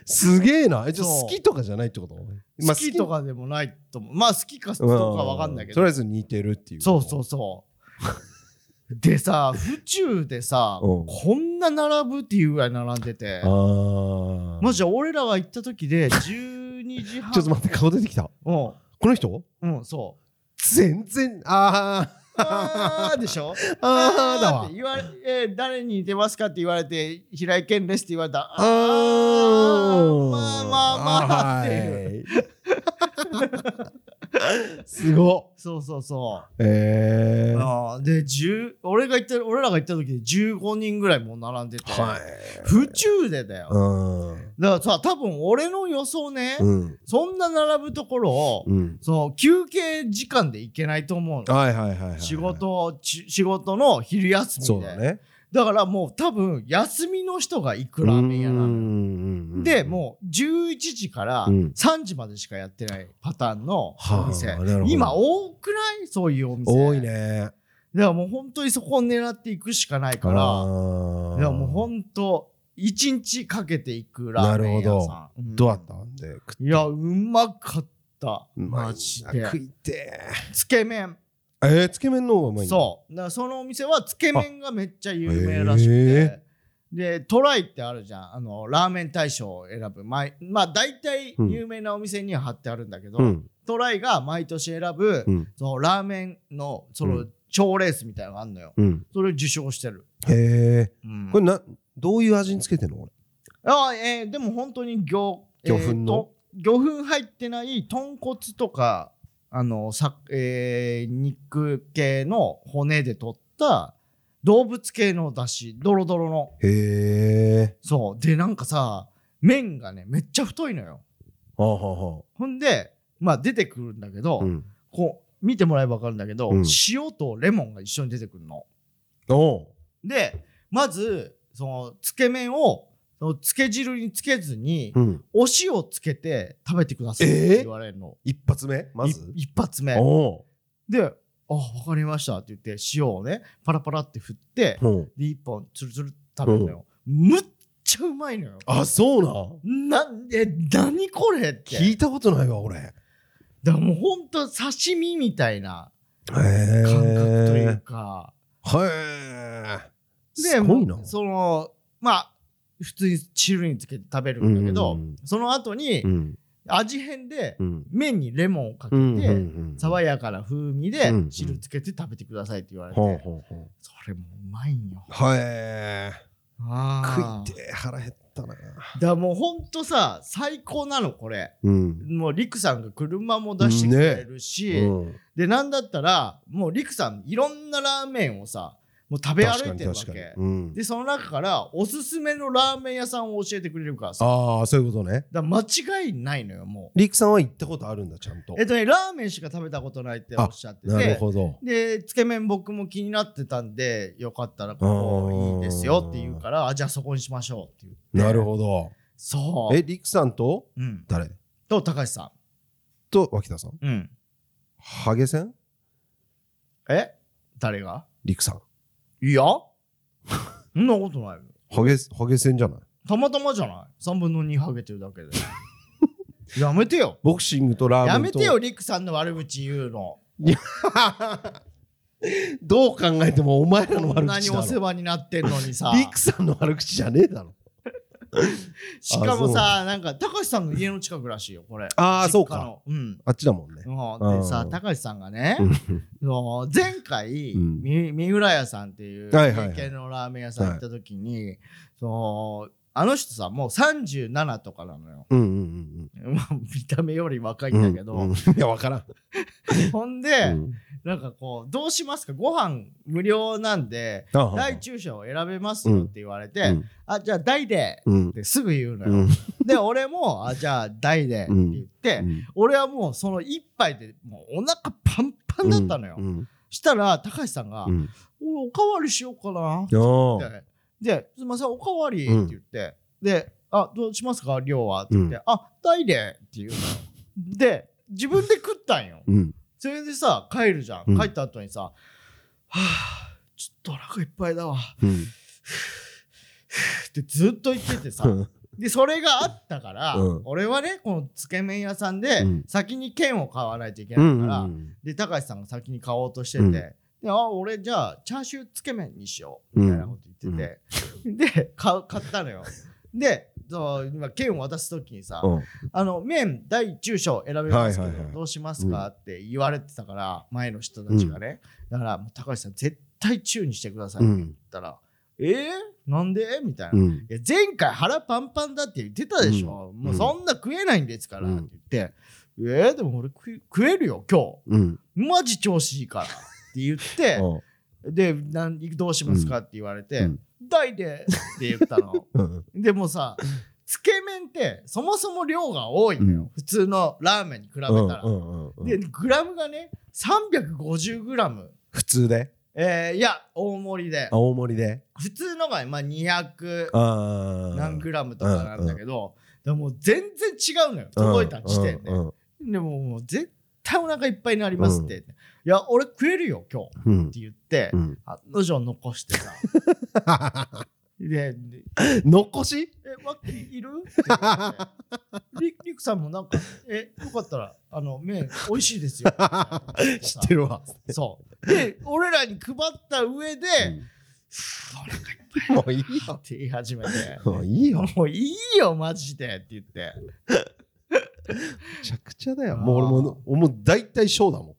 S1: すげえなえじゃあ
S2: そう
S1: 好きとかじゃないってこと
S2: 好きと
S1: か
S2: かでもないと思う。まあ、好きかとかわかんないけど。
S1: とりあえず似てるっていう
S2: そうそうそう。 <laughs> でさ、府中でさ、
S1: うん
S2: こんな並ぶっていうぐらい並んでて。
S1: ああ
S2: マジで俺らが行った時で12時半
S1: ちょっと待って顔出てきた
S2: うん
S1: この人
S2: う
S1: <laughs>
S2: んそう
S1: 全然あー
S2: あーでしょ
S1: あーだわ
S2: って言われ、えー誰に似てますかって言われて平井堅ですって言われた
S1: あー
S2: ーまあまあまあってい
S1: はい
S2: う
S1: すごっ
S2: そうそうそ
S1: え
S2: う、
S1: ー、
S2: あーで10俺が行った俺らが行った時で15人ぐらいもう並んでて、
S1: はい
S2: 府中でだよ、
S1: うん
S2: だからさ多分俺の予想ね、
S1: うん
S2: そんな並ぶところを、
S1: うん
S2: その休憩時間で行けないと思うの
S1: はいはいはいはいはい
S2: 仕事ち仕事の昼休みで
S1: そうだね
S2: だからもう多分休みの人が行くラーメン屋なのよ
S1: の
S2: でもう11時から
S1: うん
S2: 3時までしかやってないパターンの
S1: は
S2: お
S1: あ
S2: 店、
S1: なるほど
S2: 今多くないそういうお店
S1: 多いね
S2: だからもう本当にそこを狙っていくしかないから
S1: ら
S2: いやもう本当一日かけていくラーメン屋さんうん
S1: どうだったんで食っ
S2: いやうまかった
S1: うまいな
S2: マジで
S1: 食いて
S2: つけ麺
S1: ええーつけ麺の方がうまいんだ
S2: そうだからそのお店はつけ麺がめっちゃ有名らしくて、
S1: へ
S2: でトライってあるじゃんあのラーメン大賞を選ぶ毎まあ大体有名なお店には貼ってあるんだけど、
S1: うん
S2: トライが毎年選ぶ、
S1: うん
S2: そのラーメンのそうの賞レースみたいなのがあるのよ
S1: うん
S2: それを受賞してる、
S1: へえ
S2: うん
S1: これなどういう味につけてんのこれ
S2: あえーでも本当に魚
S1: 魚粉の、
S2: えーと魚粉入ってない豚骨とかあのさ、えー肉系の骨で取った動物系のだしドロドロの
S1: へえ
S2: そうでなんかさ麺がねめっちゃ太いのよ
S1: はあはあは
S2: ほんでまあ出てくるんだけど、
S1: あうん
S2: こう見てもらえば分かるんだけど、
S1: うん
S2: 塩とレモンが一緒に出てくるの
S1: おう
S2: でまずそのつけ麺をそのつけ汁につけずに、
S1: うん
S2: お塩をつけて食べてくださいって言われるの、
S1: 一発目まず
S2: い一発目
S1: お
S2: で「あわかりました」って言って塩をねパラパラって振って
S1: ううん
S2: で一本つるつる食べるのよ、むっちゃうまいのよ
S1: あそうなん
S2: なんで何これって
S1: 聞いたことないわ俺へ
S2: だからもうほんと刺身みたいな
S1: え
S2: 感覚というか、
S1: はい
S2: です
S1: ごいな
S2: もうそのまあ普通に汁につけて食べるんだけ
S1: う
S2: ど、
S1: んうんうん
S2: その後に
S1: うん
S2: 味変で
S1: うん
S2: 麺にレモンをかけて、
S1: うんうんうん
S2: 爽やかな風味で
S1: うん
S2: 汁つけて食べてくださいって言われて、
S1: ほうほうほう
S2: それもうまいんよ。
S1: はい
S2: あー
S1: 食いてえ腹減っったな。
S2: だもうほんとさ最高なのこれ
S1: うん。
S2: もうリクさんが車も出してくれるし、
S1: うん
S2: でなんだったらもうリクさんいろんなラーメンをさもう食べ歩いてるわけ
S1: うん、
S2: でその中からおすすめのラーメン屋さんを教えてくれるからさ
S1: ああ、そういうことね。
S2: だ間違いないのよも
S1: リクさんは行ったことあるんだ、ちゃんと
S2: うえ。っとねラーメンしか食べたことないっておっしゃって
S1: なる
S2: て
S1: ほど。
S2: でつけ麺僕も気になってたんでよかったらここいいですよって言うからあじゃあそこにしましょうって言って
S1: なるほど。
S2: そう
S1: え、リクさんと
S2: うん、
S1: 誰
S2: と高橋さ
S1: と脇田さん。
S2: ん、うん、
S1: ハゲセン
S2: え誰が
S1: リクさん。
S2: いやそんなことないよ
S1: ハゲ、ハゲセンじゃない
S2: たまたまじゃない ?3 分の2ハゲてるだけで。 <laughs> やめてよ。
S1: ボクシングとラーメンと。
S2: やめてよ、リクさんの悪口言うの。
S1: どう考えてもお前らの
S2: こん
S1: 悪
S2: なに
S1: 口
S2: お
S1: だ
S2: 世
S1: ろ。
S2: 話になってんのにさ。
S1: <laughs> リクさんの悪口じゃねえだろ。
S2: しかもさ、なんか、たかしさんの家の近くらしいよ、これ。
S1: あーそう
S2: 実家
S1: か
S2: の。うん。
S1: あっちだもんね。
S2: うんで
S1: あ
S2: さ、
S1: ー
S2: たかしさんがね、
S1: うん
S2: その前回、
S1: うん
S2: み三浦屋さんっていう、
S1: はいはいはい
S2: 経験のラーメン屋さん行った時に、そのあの人さ、もう37とかなのよ。 <laughs>
S1: うんうんうん
S2: まあ見た目より若い
S1: うんん。
S2: だけど。
S1: うんうんいや、わからん。
S2: ほん
S1: う
S2: で、
S1: ん
S2: なんかこう、どうしますかご飯無料なんで、
S1: ああ
S2: 大中小を選べますよって言われて、
S1: うん
S2: あ、じゃあ大で
S1: うん
S2: ってすぐ言うのよ。
S1: うん
S2: で、俺も、あ、じゃあ大でって言って、
S1: うん
S2: 俺はもうその一杯でもうお腹パンパンだったのよ。
S1: うん
S2: したら、高橋さんが、
S1: うん
S2: おおかわりしようかな
S1: ああ
S2: って。で、すいません、おかわりって言って、で、あ、どうしますか量はって言って、
S1: う
S2: あ、大でって言うのよ。で、自分で食ったんよ。
S1: うん
S2: それでさ帰るじゃ
S1: うん
S2: ん帰った後にさ、はあちょっとお腹いっぱいだわっ
S1: うん
S2: てずっと言っててさ
S1: うん
S2: でそれがあったから、
S1: うん
S2: 俺はねこのつけ麺屋さんで
S1: うん
S2: 先に券を買わないといけ
S1: う
S2: ないから、
S1: ん
S2: で高橋さんが先に買おうとしてて、
S1: うん
S2: であ俺じゃあチャーシューつけ麺にしようみたいなこと言ってて、で買う買ったのよ。でそう今券を渡す時にさ、
S1: うん
S2: あの麺大中小選べますけ
S1: はいはいは
S2: ど
S1: い
S2: どうしますかって言われてたから前の人たちがねだからもう高橋さん絶対中にしてくださいっ
S1: う
S2: て言っ
S1: ん
S2: たらえーなんでみたいな
S1: う
S2: い
S1: ん
S2: や前回腹パンパンだって言ってたでしょ
S1: うん
S2: もうそんな食えないんですから
S1: う
S2: っ
S1: ん
S2: て言ってえーでも俺食い食えるよ今
S1: うん
S2: 日マジ調子いいからって言って
S1: <laughs>
S2: でなんどうしますかって言われ
S1: う
S2: て
S1: ん
S2: 大でって言ったの。
S1: うん
S2: でもさ、つけ麺ってそもそも量が多いのよ。
S1: うん
S2: 普通のラーメンに比べたら。
S1: うんうんうん
S2: で、グラムがね、350グラム。
S1: 普通で
S2: えーいや、大盛りで。
S1: あ大盛りで
S2: 普通のが、まあ、200
S1: あー
S2: 何グラムとかなんだけど、でももう全然違うのよ。
S1: うん
S2: 届いた時点で。
S1: うん
S2: でももう絶対お腹いっぱいになりますって。いや、俺食えるよ、今日。
S1: うん
S2: って言って
S1: う、ん
S2: 案の定残して
S1: <laughs>
S2: さ。で、で
S1: 残し
S2: え、ワッキーいるって言って
S1: <laughs>
S2: りりくさんもなんか、え、よかったら、あの、麺、美味しいですよ。
S1: <laughs> 知ってるわ
S2: そう。で、俺らに配った上で、
S1: もういい
S2: はぁって言い始めて、
S1: もういいよめ
S2: もういいよ、マジでって言って。
S1: ちゃくちゃだよもう俺ももう大体ショーだも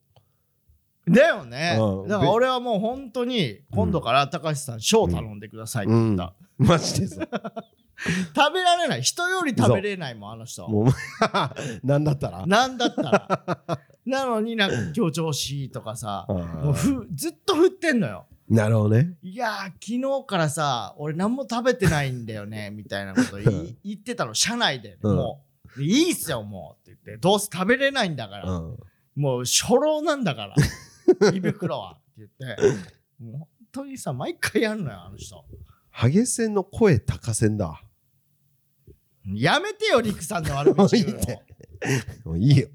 S1: ん
S2: だよね
S1: うん。
S2: だから俺はもう本当に、今度から高橋さん、賞頼んでくださいって言った。
S1: マジ <laughs> でさ
S2: 食べられない。人より食べれないもん、あの人。
S1: もうなんだったら
S2: なんだったら。 <laughs> なのになんか強調しいとかさ、もうふずっと振ってんのよ。
S1: なるほどね
S2: いやー昨日からさ俺何も食べてないんだ
S1: <laughs>
S2: よねみたいなこと言い言ってたの社内で、
S1: うん
S2: もうでいいっすよもうって言ってどうせ食べれないんだから、
S1: うん
S2: もう初老なんだ
S1: <laughs>
S2: から胃袋はって言ってもう本当にさ毎回やるのよあの人
S1: ハゲセンの声高センだ
S2: やめてよリクさんの悪口言う
S1: <laughs> もういい
S2: の
S1: ってもういいよ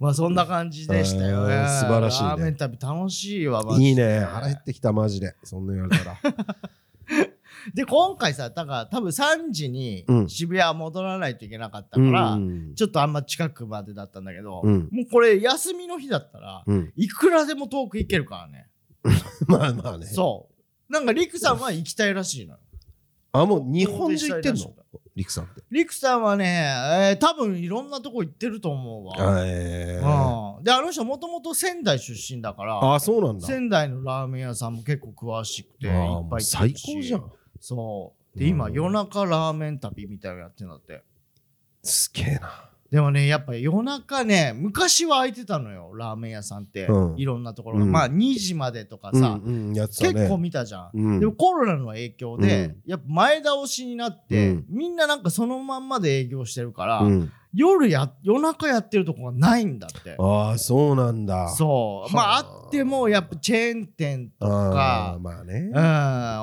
S2: まあそんな感じでしたよね
S1: あー素晴らしいね
S2: ラーメン旅楽しいわマジで
S1: いいね腹減ってきたマジでそんな言われたら
S2: で今回さだから多分3時に
S1: うん
S2: 渋谷戻らないといけなかった
S1: う
S2: から、
S1: んうん
S2: ちょっとあんま近くまでだったんだけど、
S1: うん
S2: もうこれ休みの日だったら
S1: うん
S2: いくらでも遠く行けるからね。
S1: まあまあね
S2: そう。なんかリクさんは行きたいらしいの。
S1: あもう日本中行ってん
S2: そう
S1: のリクさんって
S2: リクさんはね、えー多分いろんなとこ行ってると思うわ。
S1: え
S2: うん、であの人もともと仙台出身だから
S1: あそうなんだ
S2: 仙台のラーメン屋さんも結構詳しくていっ
S1: あーも
S2: ぱ
S1: う
S2: い行って
S1: 最
S2: るし
S1: 高じゃん
S2: そうで今夜中ラーメン旅みたいなのやってんだって
S1: すげえな
S2: でもねやっぱ夜中ね昔は空いてたのよラーメン屋さんって、
S1: うん
S2: いろんなところが、
S1: うん
S2: まあ2時までとか
S1: うん
S2: さ、
S1: うんやつだね
S2: 結構見たじゃん、
S1: うん
S2: でもコロナの影響で、
S1: うん
S2: やっぱ前倒しになって、
S1: うん
S2: みんななんかそのまんまで営業してるから、
S1: うん
S2: 夜や夜中やってるとこがないんだって
S1: ああそうなんだ
S2: そうまああってもやっぱチェーン店と
S1: あ
S2: か
S1: ー、まあね
S2: うん、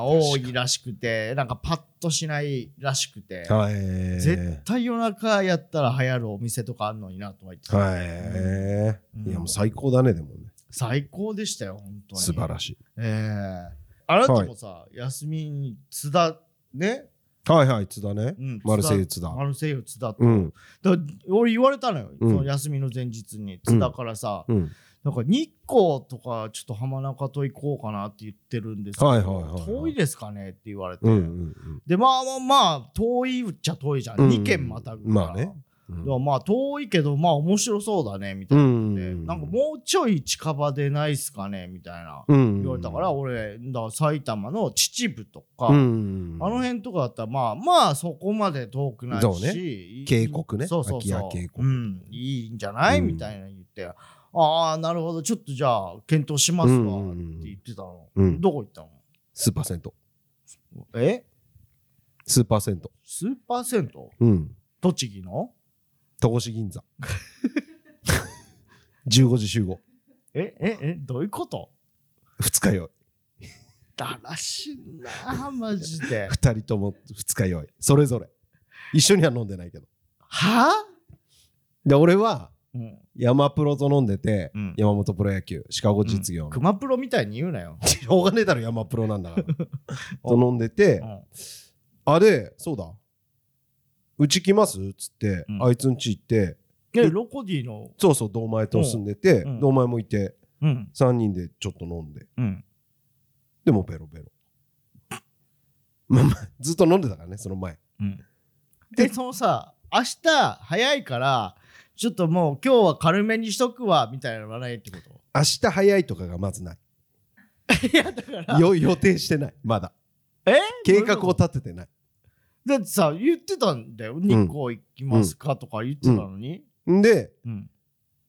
S2: 多いらしくてなんかパッとしないらしくて、
S1: はい
S2: 絶対夜中やったら流行るお店とかあるのになとは言ってた、
S1: は
S2: うん
S1: いいやもう最高だねでもね
S2: 最高でしたよ本当に
S1: 素晴らしい
S2: ええあなたもさ、休みに津田ね、
S1: はいはい津田ね
S2: うん、
S1: マルセイユ津田
S2: マルセイユ津田と、
S1: うん
S2: だから俺言われたのよ、
S1: うん
S2: その休みの前日に津田からさ、
S1: うん
S2: なんか日光とかちょっと浜中と行こうかなって言ってるんですけど、
S1: はいはいはいはい
S2: 遠いですかねって言われて、
S1: うんうん
S2: でまあまあまあ遠いっちゃ遠いじゃん、
S1: うん
S2: 2軒またぐから、
S1: まあねうん
S2: だからまあ遠いけどまあ面白そうだねみたいな、
S1: ん
S2: でなんかもうちょい近場でないっすかねみたいな
S1: うん
S2: 言われたから、俺だから埼玉の秩父とか、
S1: うん
S2: あの辺とかだったらまあまあそこまで遠くないし
S1: そうね
S2: いい
S1: 渓谷ね
S2: そうそうそ
S1: 空
S2: う
S1: き家渓谷
S2: うん、いいんじゃない、
S1: うん
S2: みたいな言ってああなるほどちょっとじゃあ検討しますわって言ってたの、
S1: うん
S2: どこ行ったの
S1: スーパー銭湯
S2: え
S1: スーパー銭湯
S2: スーパー銭湯
S1: うん
S2: 栃木の
S1: 戸越銀
S2: <laughs>
S1: 座15時集合
S2: えええどういうこと
S1: 二日酔い
S2: だらしいなマ
S1: <laughs>
S2: ジで
S1: 二人とも二日酔いそれぞれ一緒には飲んでないけど
S2: は
S1: で俺は
S2: うん
S1: 山プロと飲んでて、
S2: うん
S1: 山本プロ野球シカゴ実業の、
S2: 熊プロみたいに言うなよ、
S1: <laughs> しょうがねえだろ山プロなん
S2: <laughs>
S1: だからと飲んでて、
S2: うん
S1: あれそうだうち来ますっつって、
S2: うん
S1: あいつんち行って
S2: でロコディの
S1: そうそう堂前と住んでて、
S2: うんうん
S1: 堂前もいて
S2: うん
S1: 3人でちょっと飲んで
S2: うん
S1: でもベロベロまあまあずっと飲んでたからねその前
S2: うんでそのさ明日早いからちょっともう今日は軽めにしとくわみたいなのはないってこと
S1: 明日早いとかがま
S2: <laughs>
S1: ずない
S2: いやだから
S1: よ予定してないまだ
S2: え
S1: 計画を立ててない
S2: だってさ言ってたんだよ日光行きますかとか言ってたのに
S1: んで
S2: うん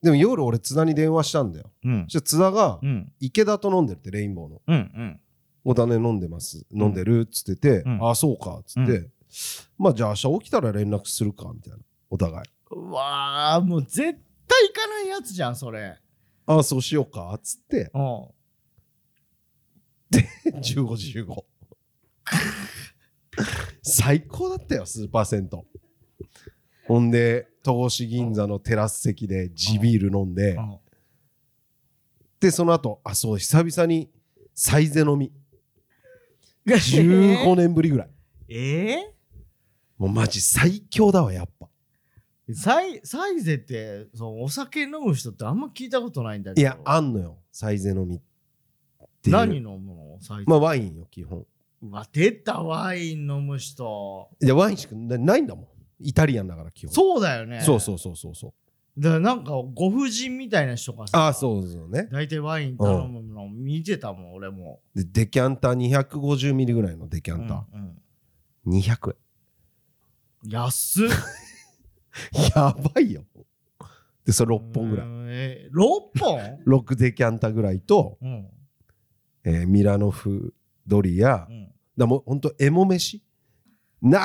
S1: でも夜俺津田に電話したんだよ
S2: うん
S1: そしたら津田が
S2: うん
S1: 池田と飲んでるってレインボーの
S2: うんうん
S1: 「お種飲んでます飲んでる」っつってて「
S2: うん
S1: ああそうか」っつって、
S2: う
S1: まあじゃあ明日起きたら連絡するか」みたいなお互いう
S2: わあもう絶対行かないやつじゃんそれ
S1: 「ああそうしようか」っつって
S2: うん
S1: 15時15 <laughs> 最高だったよスーパー銭湯ほんで戸越銀座のテラス席で地ビール飲んで
S2: うん
S1: でその後あそう久々にサイゼ飲み15年ぶりぐらい
S2: ええ
S1: もうマジ最強だわやっぱ
S2: サイサイゼってそのお酒飲む人ってあんま聞いたことないんだけ
S1: い
S2: ど
S1: やあんのよサイゼ飲みっていう
S2: 何飲むのサイゼ
S1: まあワインよ基本
S2: うわ出たワイン飲む人
S1: いやワインしかなないんだもんイタリアンだから基本
S2: そうだよね
S1: そうそうそうそうそう
S2: だからなんかご婦人みたいな人がさ
S1: ああそうそうね
S2: 大体ワイン頼むの見てたもん俺も
S1: でデキャンター250ミリぐらいのデキャンタ
S2: うんうん
S1: ー、200
S2: 安っ
S1: 円やばいよでそれ6本ぐらい
S2: うんえー6本
S1: 6デキャンターぐらいと、
S2: うん
S1: えーミラノ風ドリや、
S2: うん
S1: だもうほんとエモ飯懐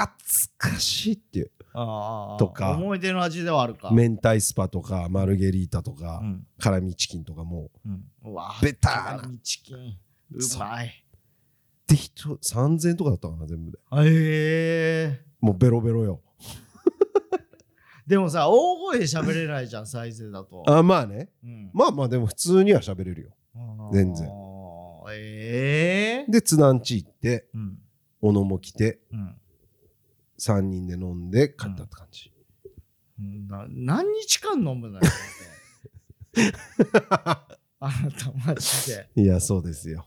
S1: かしいっていう
S2: ああああ
S1: とか
S2: 思い出の味ではあるか
S1: 明太スパとかマルゲリータとか、
S2: うん
S1: 辛味チキンとかもう
S2: うんうわ
S1: ベターな
S2: 辛味チキンうまい
S1: で人3000円とかだったかな全部で
S2: ええ
S1: もうベロベロよ
S2: でもさ大声で喋れないじゃんサイゼだと
S1: あまあね
S2: うん
S1: まあまあでも普通には喋れるよ全然
S2: あーええ
S1: で津南地行って
S2: うん
S1: 小野も来て
S2: うん
S1: 3人で飲んで帰ったって感じ、
S2: な何日間飲むのよ
S1: <laughs>
S2: あなたマジで
S1: いやそうですよ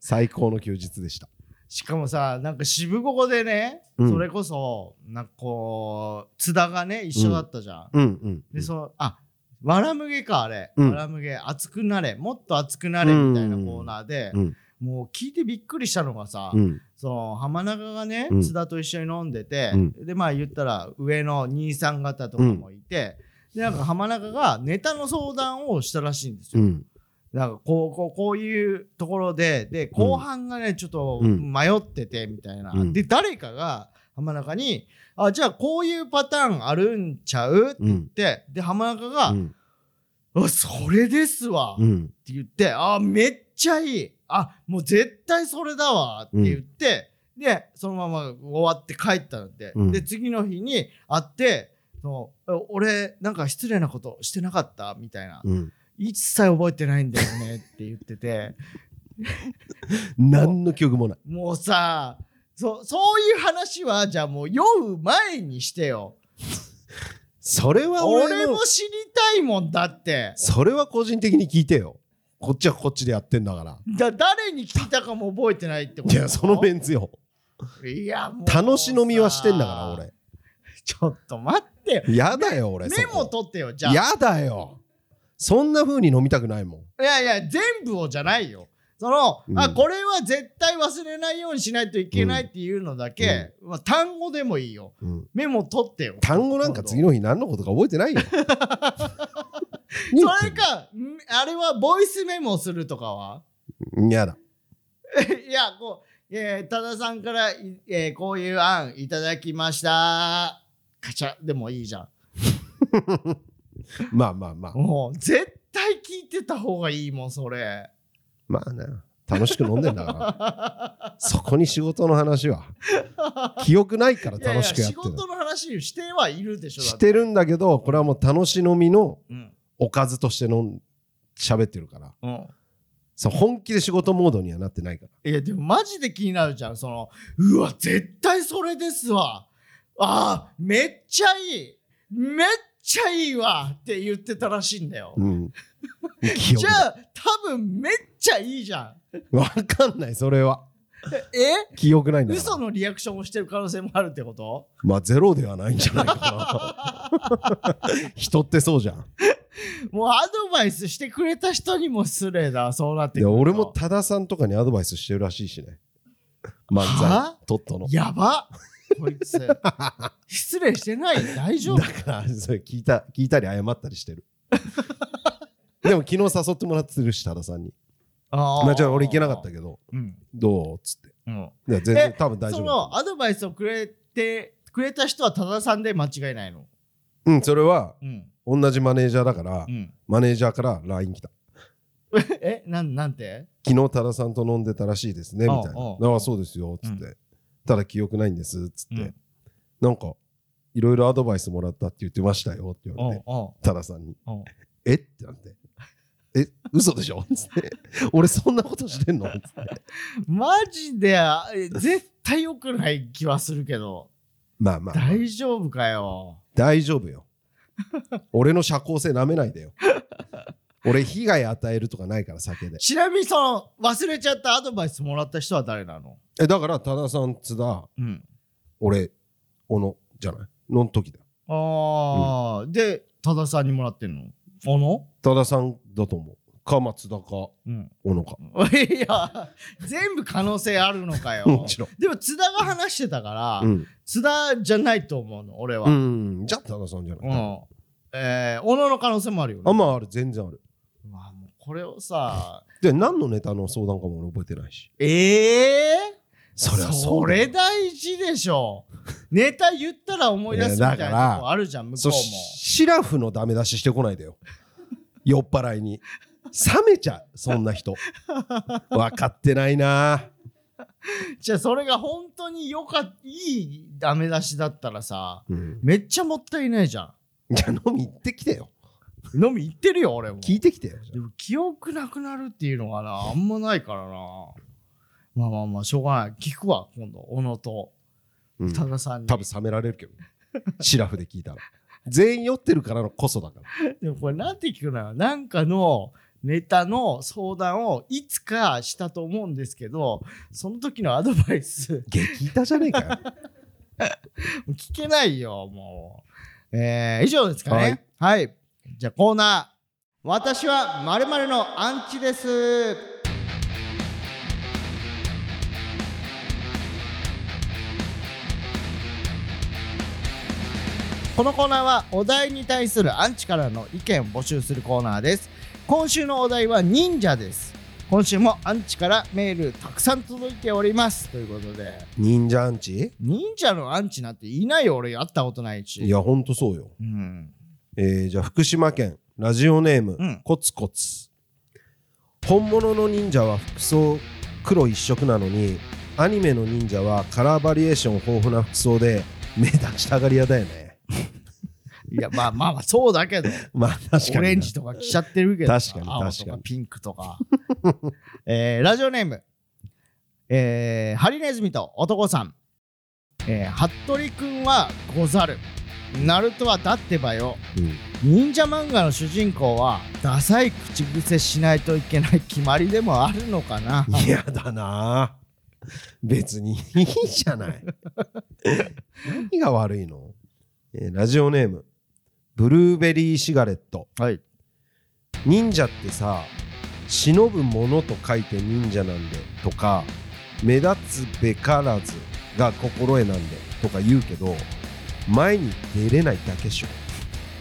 S1: 最高の休日でした
S2: しかもさなんか渋ここでね、
S1: うん
S2: それこそなんかこう津田がね一緒だったじゃん、
S1: うんうん
S2: でそのあわらむげかあれ、
S1: うん
S2: わらむげ熱くなれもっと熱くなれみたいなコーナーで、
S1: うん
S2: もう聞いてびっくりしたのがさ、
S1: うん
S2: その浜中がね、
S1: うん
S2: 津田と一緒に飲んでて、
S1: うん
S2: でまあ言ったら上の兄さん方とかもいて、でなんか浜中がネタの相談をしたらしいんです
S1: う
S2: よ。
S1: ん
S2: なんかこうこうこういうところでで後半がねちょっと
S1: うん
S2: 迷っててみたいな、
S1: うん
S2: で誰かが浜中に「あじゃあこういうパターンあるんちゃう?」って
S1: うんうん
S2: 言ってで浜中が
S1: うん
S2: 「あそれですわ」
S1: うん
S2: って言って、あ、めっちゃいい。あ、もう絶対それだわって言って、で、そのまま終わって帰ったんで、
S1: うん
S2: で、次の日に会って、そのお俺、なんか失礼なことしてなかったみたいな。
S1: うん
S2: 一切覚えてないんだよ
S1: <laughs>
S2: ねって言ってて、
S1: 何の記憶もない
S2: もうさ、そそういう話は、じゃあもう酔う前にしてよ。
S1: それは
S2: 俺
S1: 俺
S2: も
S1: の
S2: 知りたいもんだって。
S1: それは個人的に聞いてよこっちはこっちでやってんだから
S2: だ誰に聞いたかも覚えてないってこと
S1: いやそのメンツよ
S2: いやもうさ
S1: 楽し飲みはしてんだから
S2: <laughs> ちょっと待ってよ。
S1: 俺やだよ俺
S2: メモ
S1: そこ
S2: 取ってよ、じゃあ。
S1: やだよそんな風に飲みたくないもん
S2: いやいや、全部をじゃないよ。その、
S1: うん
S2: あ、これは絶対忘れないようにしないといけないっていうのだけ、まあ、単語でもいいよ。
S1: うん
S2: メモ取ってよ。
S1: 単語なんか次
S2: の。
S1: の日何のことか覚えて
S2: <laughs>
S1: ないよ
S2: それか、んあれはボイスメモするとかは <laughs>
S1: やだ
S2: いや、こう、えー、多田さんから、いえーこういう案いただきました。カチャでもいいじゃん。
S1: まあまあまあ
S2: もう、絶対聞いてた方がいいもん、それ。
S1: まあね楽しく飲んでんだ
S2: <laughs>
S1: からそこに仕事の話は記憶ないから
S2: いやい
S1: 楽
S2: や
S1: しくやっ
S2: 仕
S1: てる
S2: 事の話してはいるでしょだっ
S1: してるんだけどこれはもう楽し飲みの
S2: うん
S1: おかずとして飲ん喋ってるから
S2: うん
S1: そう本気で仕事モードにはなってないから
S2: いやでもマジで気になるじゃんそのうわ絶対それですわあーめっちゃいいめっちゃいいわって言ってたらしいんだよ、
S1: うん記憶
S2: じゃ
S1: だ
S2: あ多分めっちゃいいじゃん
S1: わかんないそれは
S2: え
S1: 記憶ないんだから
S2: 嘘のリアクションをしてる可能性もあるってこと
S1: まあゼロではないんじゃないかな
S2: <laughs>
S1: 人ってそうじゃん
S2: もうアドバイスしてくれた人にも失礼だそうなって
S1: い
S2: くる
S1: や
S2: と
S1: 俺も多田さんとかにアドバイスしてるらしいしね漫
S2: は
S1: 才トットの
S2: やばこ
S1: <laughs>
S2: いつ失礼してない大丈夫
S1: だからそれ聞いた聞いたり謝ったり
S2: <laughs>
S1: してるでも昨日誘ってもらってるし多田さんに
S2: あ
S1: まあじゃあ俺行けなかった
S2: ど、
S1: けど
S2: うん
S1: どうっつって
S2: うん、
S1: いや全
S2: え
S1: 然多分大丈
S2: そ
S1: 夫
S2: のアドバイスをくれてくれた人は多田さんで間違いないの
S1: うんそれは
S2: うん
S1: 同じマネージャーだから、
S2: うん
S1: マネージャーから LINE 来た
S2: <laughs> えなんなんて
S1: 昨日多田さんと飲んでたらしいですねみたい
S2: うん
S1: な
S2: うん
S1: ああそうですよっつって、
S2: う
S1: ただ記憶ないんですっつって、
S2: うん
S1: なんかいろいろアドバイスもらったって言ってましたよって言
S2: う
S1: わ
S2: んう
S1: れ
S2: ん
S1: て多田さんにえってなってえ嘘でしょっ <laughs> つって俺そんなことしてん <laughs> のっつって
S2: マジであえ絶対良くない気はするけど
S1: まあまあまあ
S2: 大丈夫かよ
S1: 大丈夫よ俺の社交性なめないでよ俺被害与えるとかないから酒で
S2: ちなみにその忘れちゃったアドバイスもらった人は誰なの
S1: えだから多田さん津田
S2: うん
S1: 俺小野じゃないの時だよ
S2: ああ、で多田さんにもらってんのあの
S1: 多田さんだと思うか松田か小
S2: うん、
S1: 野か
S2: <laughs> いや全部可能性あるのかよ
S1: もちろん
S2: でも津田が話してたから、
S1: うん、
S2: 津田じゃないと思うの俺は、
S1: うん、じゃあ多田さんじゃ
S2: う
S1: ない、
S2: ん。えー、小野の可能性もあるよね。
S1: あまあある全然ある
S2: うわもうこれをさ、
S1: で何のネタの相談かも俺覚えてないし
S2: ええ
S1: そりゃそうだよ
S2: れ大事でし
S1: <laughs>
S2: ょ。ネタ言ったら思い出すみたい
S1: いやだから
S2: なとこあるじゃん、向こ
S1: そうう
S2: も。
S1: シラフのダメ出ししてこないでよ <laughs> 酔っ払いに冷めちゃうそんな <laughs> 人分かってないな
S2: じゃあそれが本当によかっいいダメ出しだったらさ、
S1: うん
S2: めっちゃもったいないじゃ
S1: じゃあ飲み行ってきてよ
S2: ん。飲み行ってるよ、俺も。
S1: 聞いてきてよ
S2: でも記憶なくなるっていうのがな、あんまないからな。まあまあまあ、しょうがない。聞くわ、今度、小野と
S1: うん
S2: 多田さんに。
S1: 多分冷められるけどシラフで聞いたら全員酔ってるからのこそだから
S2: でもこれなんて聞くのよなんかのネタの相談をいつかしたと思うんですけどその時のアドバイス
S1: 激痛じゃねえかよ <laughs>
S2: <laughs> 聞けないよもう、えー以上ですかねはい、じゃあコーナー「私はまるのアンチです」このコーナーはお題に対するアンチからの意見を募集するコーナーです今週のお題は忍者です今週もアンチからメールたくさん届いておりますということで
S1: 忍者アンチ
S2: 忍者のアンチなんていないよ俺会ったことないし
S1: いや、ほんとそうよ。
S2: うん
S1: えー、じゃあ、福島県、ラジオネーム、
S2: うん
S1: コツコツ。本物の忍者は服装黒一色なのに、アニメの忍者はカラーバリエーション豊富な服装で、目立ちたがり屋だよね。 <laughs>
S2: いやまあまあまあそうだけど
S1: まあ、 <laughs> 確かにな。
S2: オレンジとか着ちゃってるけど
S1: 確かに
S2: 青
S1: 確
S2: と
S1: か
S2: か
S1: に
S2: ピンクとか、 <laughs> えーラジオネーム、えーハリネズミと男さん、えー、服部くんはござるナルトはだってばよ
S1: うん
S2: 忍者漫画の主人公はダサい口癖しないといけない決まりでもあるのかな
S1: 嫌だなぁ別にいいじゃない何が悪いの、えーラジオネームブルーベリーシガレット
S2: はい
S1: 忍者ってさ忍ぶものと書いて忍者なんでとか目立つべからずが心得なんでとか言うけど前に出れないだけっしょ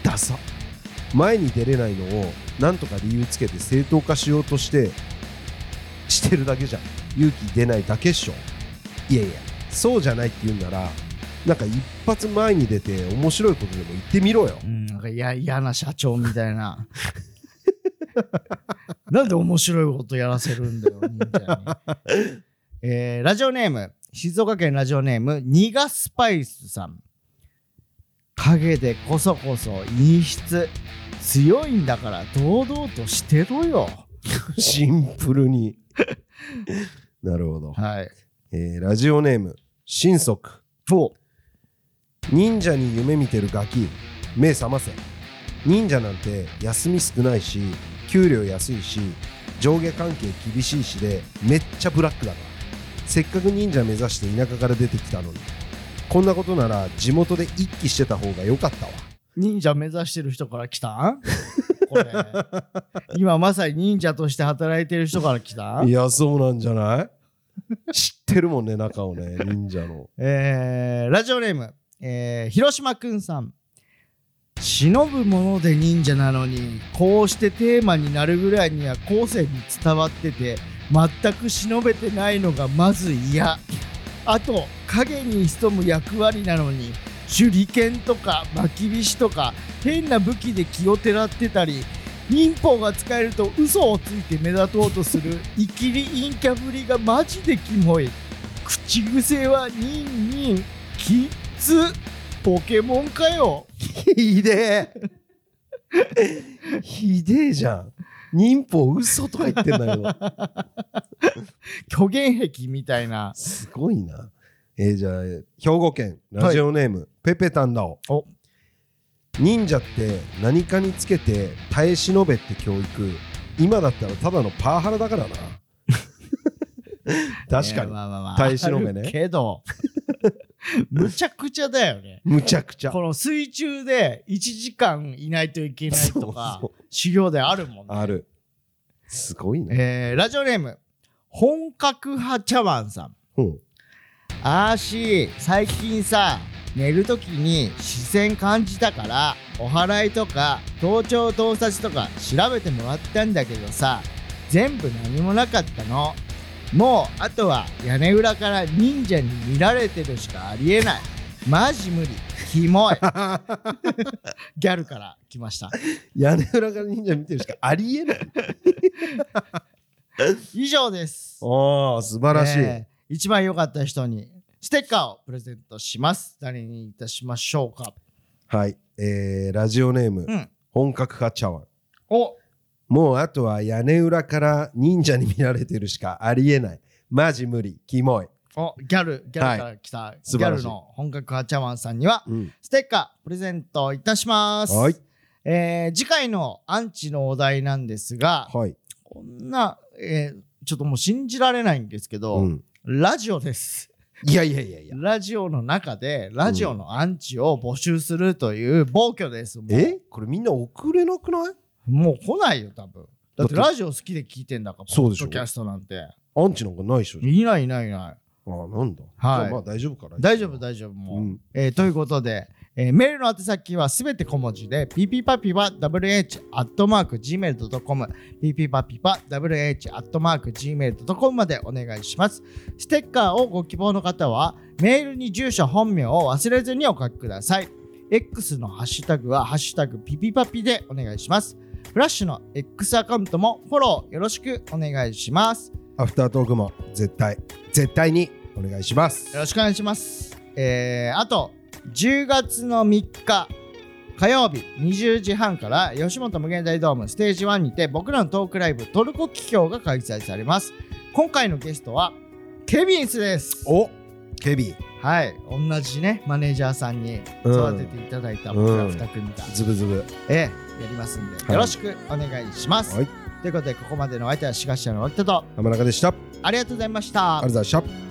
S1: ダサ前に出れないのをなんとか理由つけて正当化しようとしてしてるだけじゃん勇気出ないだけっしょいやいやそうじゃないって言うんならなんか一発前に出て面白いことでも言ってみろよ
S2: うんなんかいや嫌な社長みたいな <laughs> なんで面白いことやらせるんだよ忍者に、えーラジオネーム静岡県ラジオネームニガスパイスさん陰でこそこそ陰湿強いんだから堂々としてろよ
S1: シンプルになるほど
S2: はい
S1: えーラジオネーム神速
S2: お
S1: 忍者に夢見てるガキ目覚ませ忍者なんて休み少ないし給料安いし上下関係厳しいしでめっちゃブラックだからせっかく忍者目指して田舎から出てきたのにこんなことなら地元で一気してた方が良かったわ
S2: 忍者目指してる人から来たんこれ今まさに忍者として働いてる人から来たん
S1: いやそうなんじゃない <laughs> 知ってるもんね中をね忍者の
S2: えーラジオネーム、えー広島くんさん忍ぶもので忍者なのにこうしてテーマになるぐらいには後世に伝わってて全く忍べてないのがまず嫌あと影に潜む役割なのに手裏剣とかまきびしとか変な武器で気をてらってたり忍法が使えると嘘をついて目立とうとするイキリ陰キャぶりがマジでキモい口癖はニンニンキッズポケモンかよ
S1: ひでえひでえじゃん忍法嘘とか言ってんだけど
S2: 虚言癖みたいな
S1: すごいな。えーじゃあ、兵庫県、ラジオネーム、ペペタンダオ
S2: お。
S1: 忍者って何かにつけて耐え忍べって教育、今だったらただのパワハラだ
S2: <laughs>
S1: からな。確か
S2: いや
S1: に、
S2: まあまあまあ
S1: 耐え忍べね
S2: あるけど <laughs> むちゃくちゃだよね
S1: むちゃくちゃ
S2: こ。の水中で1時間いないといけないとか
S1: そう
S2: 修行であるもんね
S1: ある。すごいね。
S2: えーラジオネーム本格派茶碗さん
S1: うん、
S2: あーし最近さ寝るときに視線感じたからお祓いとか盗聴盗撮とか調べてもらったんだけどさ全部何もなかったのもうあとは屋根裏から忍者に見られてるしかありえないマジ無理キモい <laughs> ギャルから来ました
S1: 屋根裏から忍者見てるしかありえない。
S2: 以上です
S1: ああ、素晴らしい。
S2: えー一番良かった人にステッカーをプレゼントします誰にいたしましょうか
S1: はい。えーラジオネーム、
S2: うん
S1: 本格派茶碗。
S2: お
S1: もうあとは屋根裏から忍者に見られてるしかありえない。マジ無理、キモい。
S2: おギャルギャルから来た、ギ
S1: 素晴
S2: ャ
S1: らし
S2: ル
S1: い
S2: の本格派茶碗さんには
S1: うん、
S2: ステッカープレゼントいたします、
S1: はい
S2: えー次回のアンチのお題なんですが
S1: はい。
S2: こんな、えーちょっともう信じられないんですけど、
S1: うん、
S2: ラジオです
S1: いやいやいやいや。
S2: ラジオの中でラジオのアンチを募集するという暴挙です、もう
S1: えこれみんな遅れなくない
S2: もう来ないよ、多分。だって
S1: だって
S2: ラジオ好きで聞いてんだから、
S1: そうでしょ
S2: ポッドキャストなんて。
S1: アンチなんかないでしょ。
S2: いないいないいない。
S1: ああ、なんだ。
S2: はい
S1: じゃあまあ大丈夫かな。
S2: 大丈夫、大丈夫、もう。
S1: うん
S2: えーということで、えーメールの宛先はすべて小文字で、pp パピは wh.gmail.com、pp パピは wh.gmail.com までお願いします。ステッカーをご希望の方は、メールに住所、本名を忘れずにお書きください。X のハッシュタグは、ハッシュタグピピパピでお願いします。フラッシュの X アカウントもフォローよろしくお願いします。
S1: アフタートークも絶対絶対にお願いします
S2: よろしくお願いします。えー、あと、10月の3日、火曜日20時半から吉本無限大ドームステージ1にて僕らのトークライブトルコ企業が開催されます。今回のゲストはケビンスです。
S1: おケビン
S2: はい、同じね、マネージャーさんに育てていただいた僕ら2組が、
S1: ズブズブ
S2: ええやりますんで、
S1: はい
S2: よろしくお願いします。
S1: はい
S2: ということで、ここまでのお相手は志賀社の脇田と、
S1: 浜中でしたあり
S2: ありがとうございまし
S1: が
S2: た
S1: とうご。ざいました